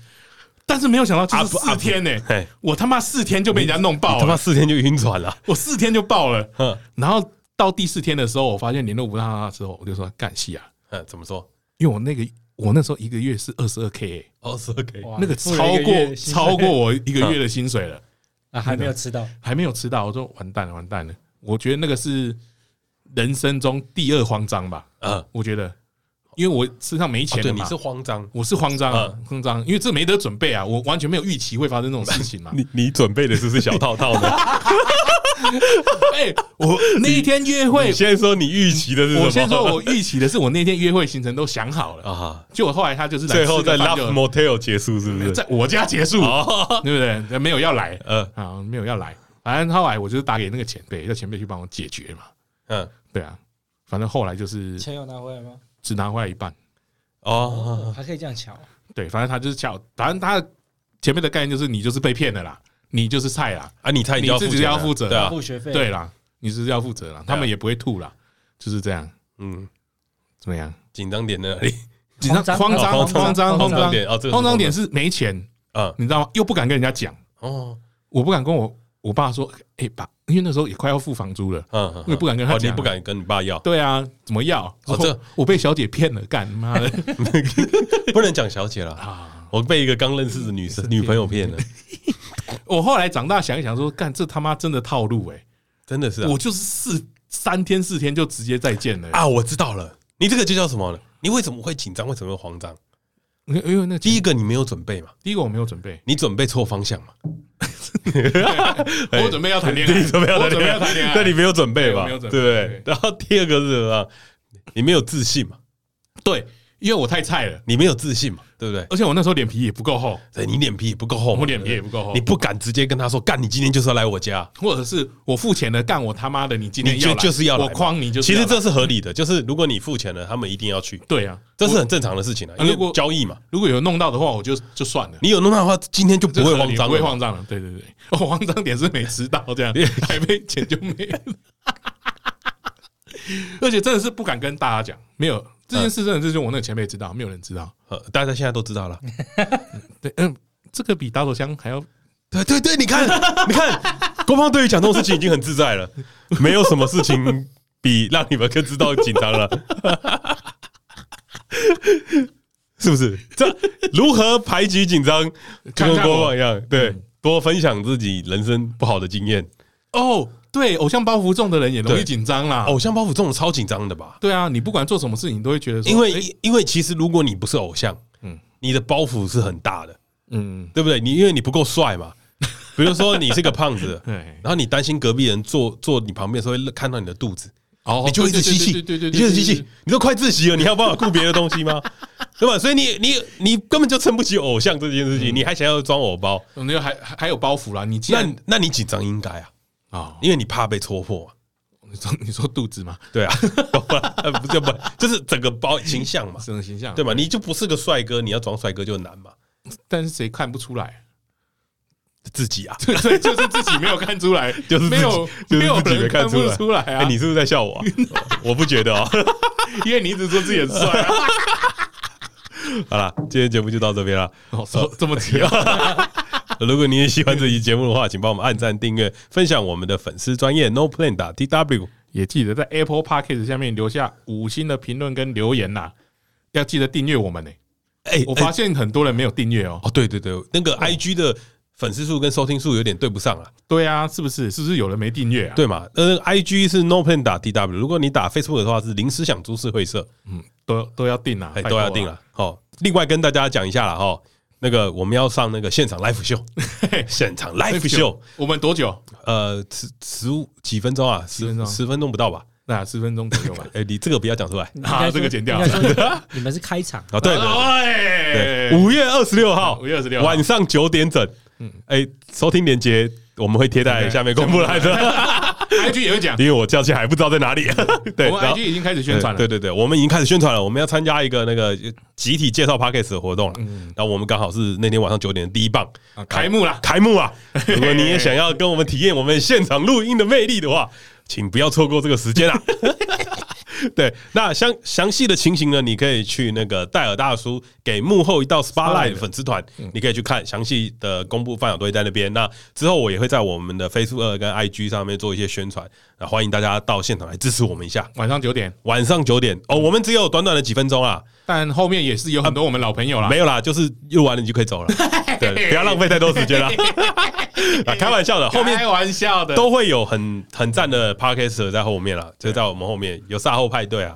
S2: 但是没有想到就
S1: 啊
S2: 是
S1: 不啊
S2: 四
S1: 不
S2: 天呢、
S1: 嘿
S2: 我他妈四天就被人家弄爆
S1: 他妈
S2: 了，
S1: 四天就晕船了，
S2: 我四天就爆了。
S1: 哼，
S2: 然后到第四天的时候，我发现联络不到他之后，我就说干戏啊，
S1: 嗯，怎么说？
S2: 因为我那个我那时候一个月是二十二 k，
S1: 哦，是 OK，
S3: 哇
S2: 那个
S3: 付了
S2: 超
S3: 一个月
S2: 过
S3: 的薪水
S2: 超过我一个月的薪水
S1: (laughs)
S2: 了，
S3: 啊，还没有
S2: (laughs)
S3: 吃到，
S2: 还没有吃到，我说完蛋了，完蛋了。我觉得那个是人生中第二慌张吧，
S1: 嗯，哦
S2: 我觉得，因为我身上没钱
S1: 啊对，
S2: 了
S1: 你
S2: 嘛。
S1: 是慌张，
S2: 我是慌张啊
S1: 嗯，
S2: 慌张，因为这没得准备啊，我完全没有预期会发生这种
S1: (laughs)
S2: 事情嘛。
S1: 你你准备的是不是小套套 (laughs) 呢？
S2: 哎，我那一天约会
S1: 你，先说你预期的是什么？
S2: 我先说，我预期的是我那天约会行程都想好了，
S1: 啊，
S2: 结果后来他就是来
S1: 最后
S2: 吃个
S1: 在
S2: 饭
S1: Love Motel 结束是不？
S2: 就是在我家结
S1: (laughs)
S2: 束，
S1: 哦，
S2: 对不对？没有要来
S1: 呃，
S2: 啊，没有要来，反正后来我就是打给那个前辈，要前辈去帮我解决嘛。
S1: 嗯，
S2: 对啊，反正后来就是
S3: 钱有拿回来吗？
S2: 只拿回来一半，啊
S1: 哦，
S3: 还可以这样瞧，
S2: 对，反正他就是叫，反正他前面的概念就是你就是被骗了啦，你就是菜啦，
S1: 啊，你差点就
S2: 你自己
S1: 钱
S2: 要
S1: 了
S2: 负责
S1: 对啊，
S3: 付学费，
S2: 对啦，你就是要负责啦，他
S1: 啊
S2: 们也不会吐啦，就是这样，
S1: 嗯，
S2: 怎么样？
S1: 紧张点在哪里？
S2: 紧张、
S3: 慌
S2: 慌
S3: 张
S2: 张、
S3: 慌
S2: 慌
S3: 张
S2: 张、
S1: 哦慌
S2: 慌
S1: 张
S2: 张
S1: 点哦，这个是
S2: 慌张点，是没钱，
S1: 嗯，
S2: 你知道吗？又不敢跟人家讲，
S1: (laughs) 哦，
S2: 我不敢跟我我爸说，哎爸，因为那时候也快要付房租了。
S1: 嗯，嗯
S2: 我也不敢跟他
S1: 哦
S2: 讲
S1: 你不敢跟你爸要，
S2: 对啊，怎么要？
S1: 哦这
S2: 我被小姐骗了，干妈
S1: (laughs)
S2: 的
S1: 不能讲小姐了，
S2: 啊！
S1: 我被一个刚认识的女生女朋友骗了，
S2: 我后来长大想一想说干这他妈真的套路哎、
S1: 真的是啊
S2: 我就是四三天四天就直接再见了、
S1: 啊，我知道了，你这个就叫什么呢？你为什么会紧张？为什么会慌张？
S2: 因为因为那
S1: 第
S2: 一
S1: 一个你没有准备嘛，
S2: 第一个我没有准备，
S1: 你准备错方
S2: (laughs)
S1: 向嘛，
S2: 我准备要谈恋爱，
S1: 哎你准备要
S2: 我准备要
S1: 谈
S2: 谈
S1: 恋
S2: 恋
S1: 爱
S2: 爱，，
S1: 但你没有准备
S2: 对我
S1: 嘛，
S2: 没有
S1: 对不
S2: 准备
S1: 对
S2: 对？
S1: 然后第二个是什么？你没有自信嘛，
S2: 对，因为我太菜了，
S1: 你没有自信嘛，对不对？
S2: 而且我那时候脸皮也不够厚，
S1: 对你脸皮也不够厚嘛，
S2: 我脸皮也不够厚
S1: 你，不敢直接跟他说，干，你今天就是要来我家，
S2: 或者是我付钱了，干我他妈的，你今天
S1: 你就
S2: 要
S1: 就是要来
S2: 我
S1: 嘛
S2: 诓你，就是
S1: 其实
S2: 要来
S1: 这是合理的，就是如果你付钱了，他们一定要去，
S2: 对啊，
S1: 这是很正常的事情啊，因
S2: 嗯如
S1: 为
S2: 果
S1: 交易嘛，
S2: 如果有弄到的话，我就就算了。
S1: 你有弄到的话，今天就不
S2: 这
S1: 会
S2: 合
S1: 慌
S2: 理
S1: 张
S2: 不会
S1: 了嘛。
S2: 慌张了。对对对， (laughs) 我慌张点是没吃到
S1: (laughs)
S2: 这样，还没钱就没了。 (laughs) 而且真的是不敢跟大家讲，没有这件事，真的是就我那个前辈知道，没有人知道。
S1: 呃大家现在都知道了。
S2: 对，嗯，这个比打手枪还要
S1: 对对对，你看，你看，郭胖对于讲这种事情已经很自在了，没有什么事情比让你们更知道紧张了，是不是？这如何排解紧张，就
S2: 看看
S1: 跟
S2: 我
S1: 郭胖一样，对，多分享自己人生不好的经验。
S2: 哦。对，偶像包袱重的人也容易
S1: 对哦
S2: 紧张啦。
S1: 偶像包袱这种超紧张的吧？
S2: 对啊，你不管做什么事情，你都会觉得说，
S1: 因为、
S2: 哦诶
S1: 因为其实如果你不是偶像，嗯
S2: 嗯，
S1: 你的包袱是很大的，
S2: 嗯，
S1: 对不对？你因为你不够帅
S2: (laughs)
S1: 嘛，比如说你是个胖子，
S2: 对，
S1: 然后你担心隔壁人坐坐你旁边的时候会看到你的肚子，
S2: 哦
S1: 你就一直吸气，
S2: 对对对，对
S1: 你就一直吸气，，你都快窒息了，你还有办法顾别的东西
S2: (laughs)
S1: 吗？对吧？所以你你你根本就撑不起偶像这件事情，你还想要装偶
S2: (laughs)
S1: 包，
S2: 我们就还还还有包袱啦。你既
S1: 那
S2: 然
S1: 那你紧张应该啊，
S2: 啊，
S1: 因为你怕被戳破、啊，
S2: 你说 (laughs) 你说肚子嘛，
S1: 对啊， (laughs) 不就不就是整个包形象嘛，
S2: 这种形象
S1: 对吧？你就不是个帅哥，你要装帅哥就难嘛，
S2: 但是谁看不出来？ (laughs)
S1: 自己啊。
S2: 对对，就是自己没有看出来，
S1: (laughs) 就是自己
S2: 没有
S1: 就是
S2: 没有
S1: 自己没
S2: 人
S1: 看
S2: 看
S1: 出来
S2: 不出来
S1: 哎、
S2: 啊！
S1: 你是不是在笑 (laughs) 我啊、我不觉得哦。
S2: (laughs)
S1: (laughs)
S2: 因为你一直说自己很帅啊，
S1: 好了，今天节目就到这边了。
S2: 哦说这么急啊？
S1: 如果你也喜欢这期节目的 (laughs) 话，请帮我们按赞、订阅、分享我们的粉丝专业 No Plan 打 T W。
S2: (laughs) 也记得在 Apple Podcast 下面留下五星的评论跟留言呐，要记得订阅我们呢。
S1: 哎、
S2: 我
S1: 哎
S2: 发现很多人没有订阅哦。
S1: 哦，对对对，那个 I G 的粉丝数跟收听数有点对不上啊，
S2: 对啊，是不是？是不是有人没订阅啊？，
S1: 对嘛？呃，I G 是 No Plan 打 T W，如果你打 Facebook 的话是临时想株式会社，
S2: 嗯，都都要订啊
S1: 哎，，
S2: 拜
S1: 都
S2: 托啊
S1: 要定。了。哦，另外跟大家讲一下了哈、哦，那个我们要上那个现场 live 秀， (laughs) 现场 live 秀，
S2: 我们多久？
S1: 呃，十十五几分钟啊，
S2: 分
S1: 十
S2: 钟
S1: 十分钟不到吧？。
S2: 那十分钟左右吧
S1: 哎、你这个不要讲出来
S3: 应该
S2: (laughs) 啊，
S3: 说
S2: 这个剪掉
S3: 应。该
S2: (laughs)
S3: 说你们是开场，
S1: 啊！对对对
S2: 哎
S1: 对，五月二十六号，
S2: 5月26号
S1: 晚上九点整。嗯，哎，收听链接我们会贴在
S2: OK，
S1: 下面公布来的，
S2: 嗯，IG 也会
S1: (laughs)
S2: 讲
S1: 因，为我假期还不知道在哪里。 (laughs) 对，
S2: 嗯我们
S1: 然后
S2: IG 已经开始宣传了
S1: 对。对对，我们已经开始宣传了，我们要参加一个那个集体介绍 p a c k a g e 的活动了。然后我们刚好是那天晚上九点的第一棒
S2: 嗯啊开幕啦
S1: 开幕啊！如果你也想要跟我们体验我们现场录音的魅力的话，请不要错过这个时间啊！对，那详详细的情形呢，你可以去那个戴尔大叔给幕后一道 spotlight 的粉丝团，你可以去看详细的公布范晓队在那边。那之后我也会在我们的 Facebook 呃跟 IG 上面做一些宣传，那欢迎大家到现场来支持我们一下。
S2: 晚上九点，
S1: 晚上九点哦，我们只有短短的几分钟啊，
S2: 但后面也是有很多我们老朋友啦。
S1: 没有啦，就是录完了你就可以走了，对，不要浪费太多时间啦。啊，开玩笑的，后面
S2: 开玩笑的，
S1: (laughs) 都会有很很赞的 podcast 在后面啦，就在我们后面有赛后派对啊，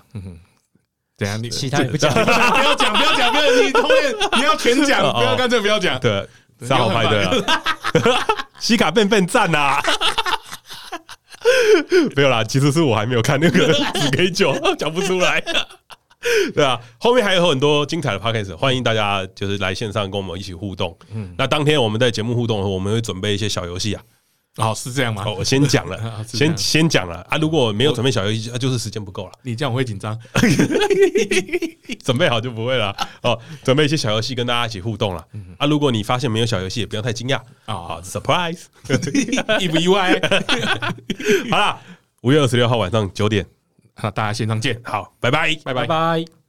S2: 怎样？你
S3: 其他也不
S2: (laughs)
S3: 讲，
S2: 不要讲，不要讲，不要你后 (laughs) 面你要全讲，
S1: 哦
S2: 不要干脆不要讲。
S1: 对，赛后派对
S2: (laughs)
S1: 啊，西卡变变赞呐， (laughs) 没有啦，其实是我还没有看那
S2: (laughs)
S1: 个只给九，讲不出来。对啊，后面还有很多精彩的 podcast，欢迎大家就是来线上跟我们一起互动。嗯，那当天我们在节目互动的时候，我们会准备一些小游戏啊。
S2: 哦，是这样吗
S1: 哦，？我先讲
S2: (laughs) 啊
S1: 了，
S2: 是这样
S1: 先先讲了啊！如果没有准备小游戏，啊就是时间不够了，
S2: 你这样我会紧张。
S1: 准备好就不会了哦。准备一些小游戏跟大家一起互动了
S2: 嗯
S1: 啊！如果你发现没有小游戏，也不要太惊讶
S2: 哦
S1: 啊，surprise！
S2: (laughs) 意不
S1: (laughs)
S2: 意外？
S1: 好啦，五月二十六号晚上九点，
S2: 那大家线上见，
S1: 好，拜拜，
S2: 拜拜
S3: 拜。拜。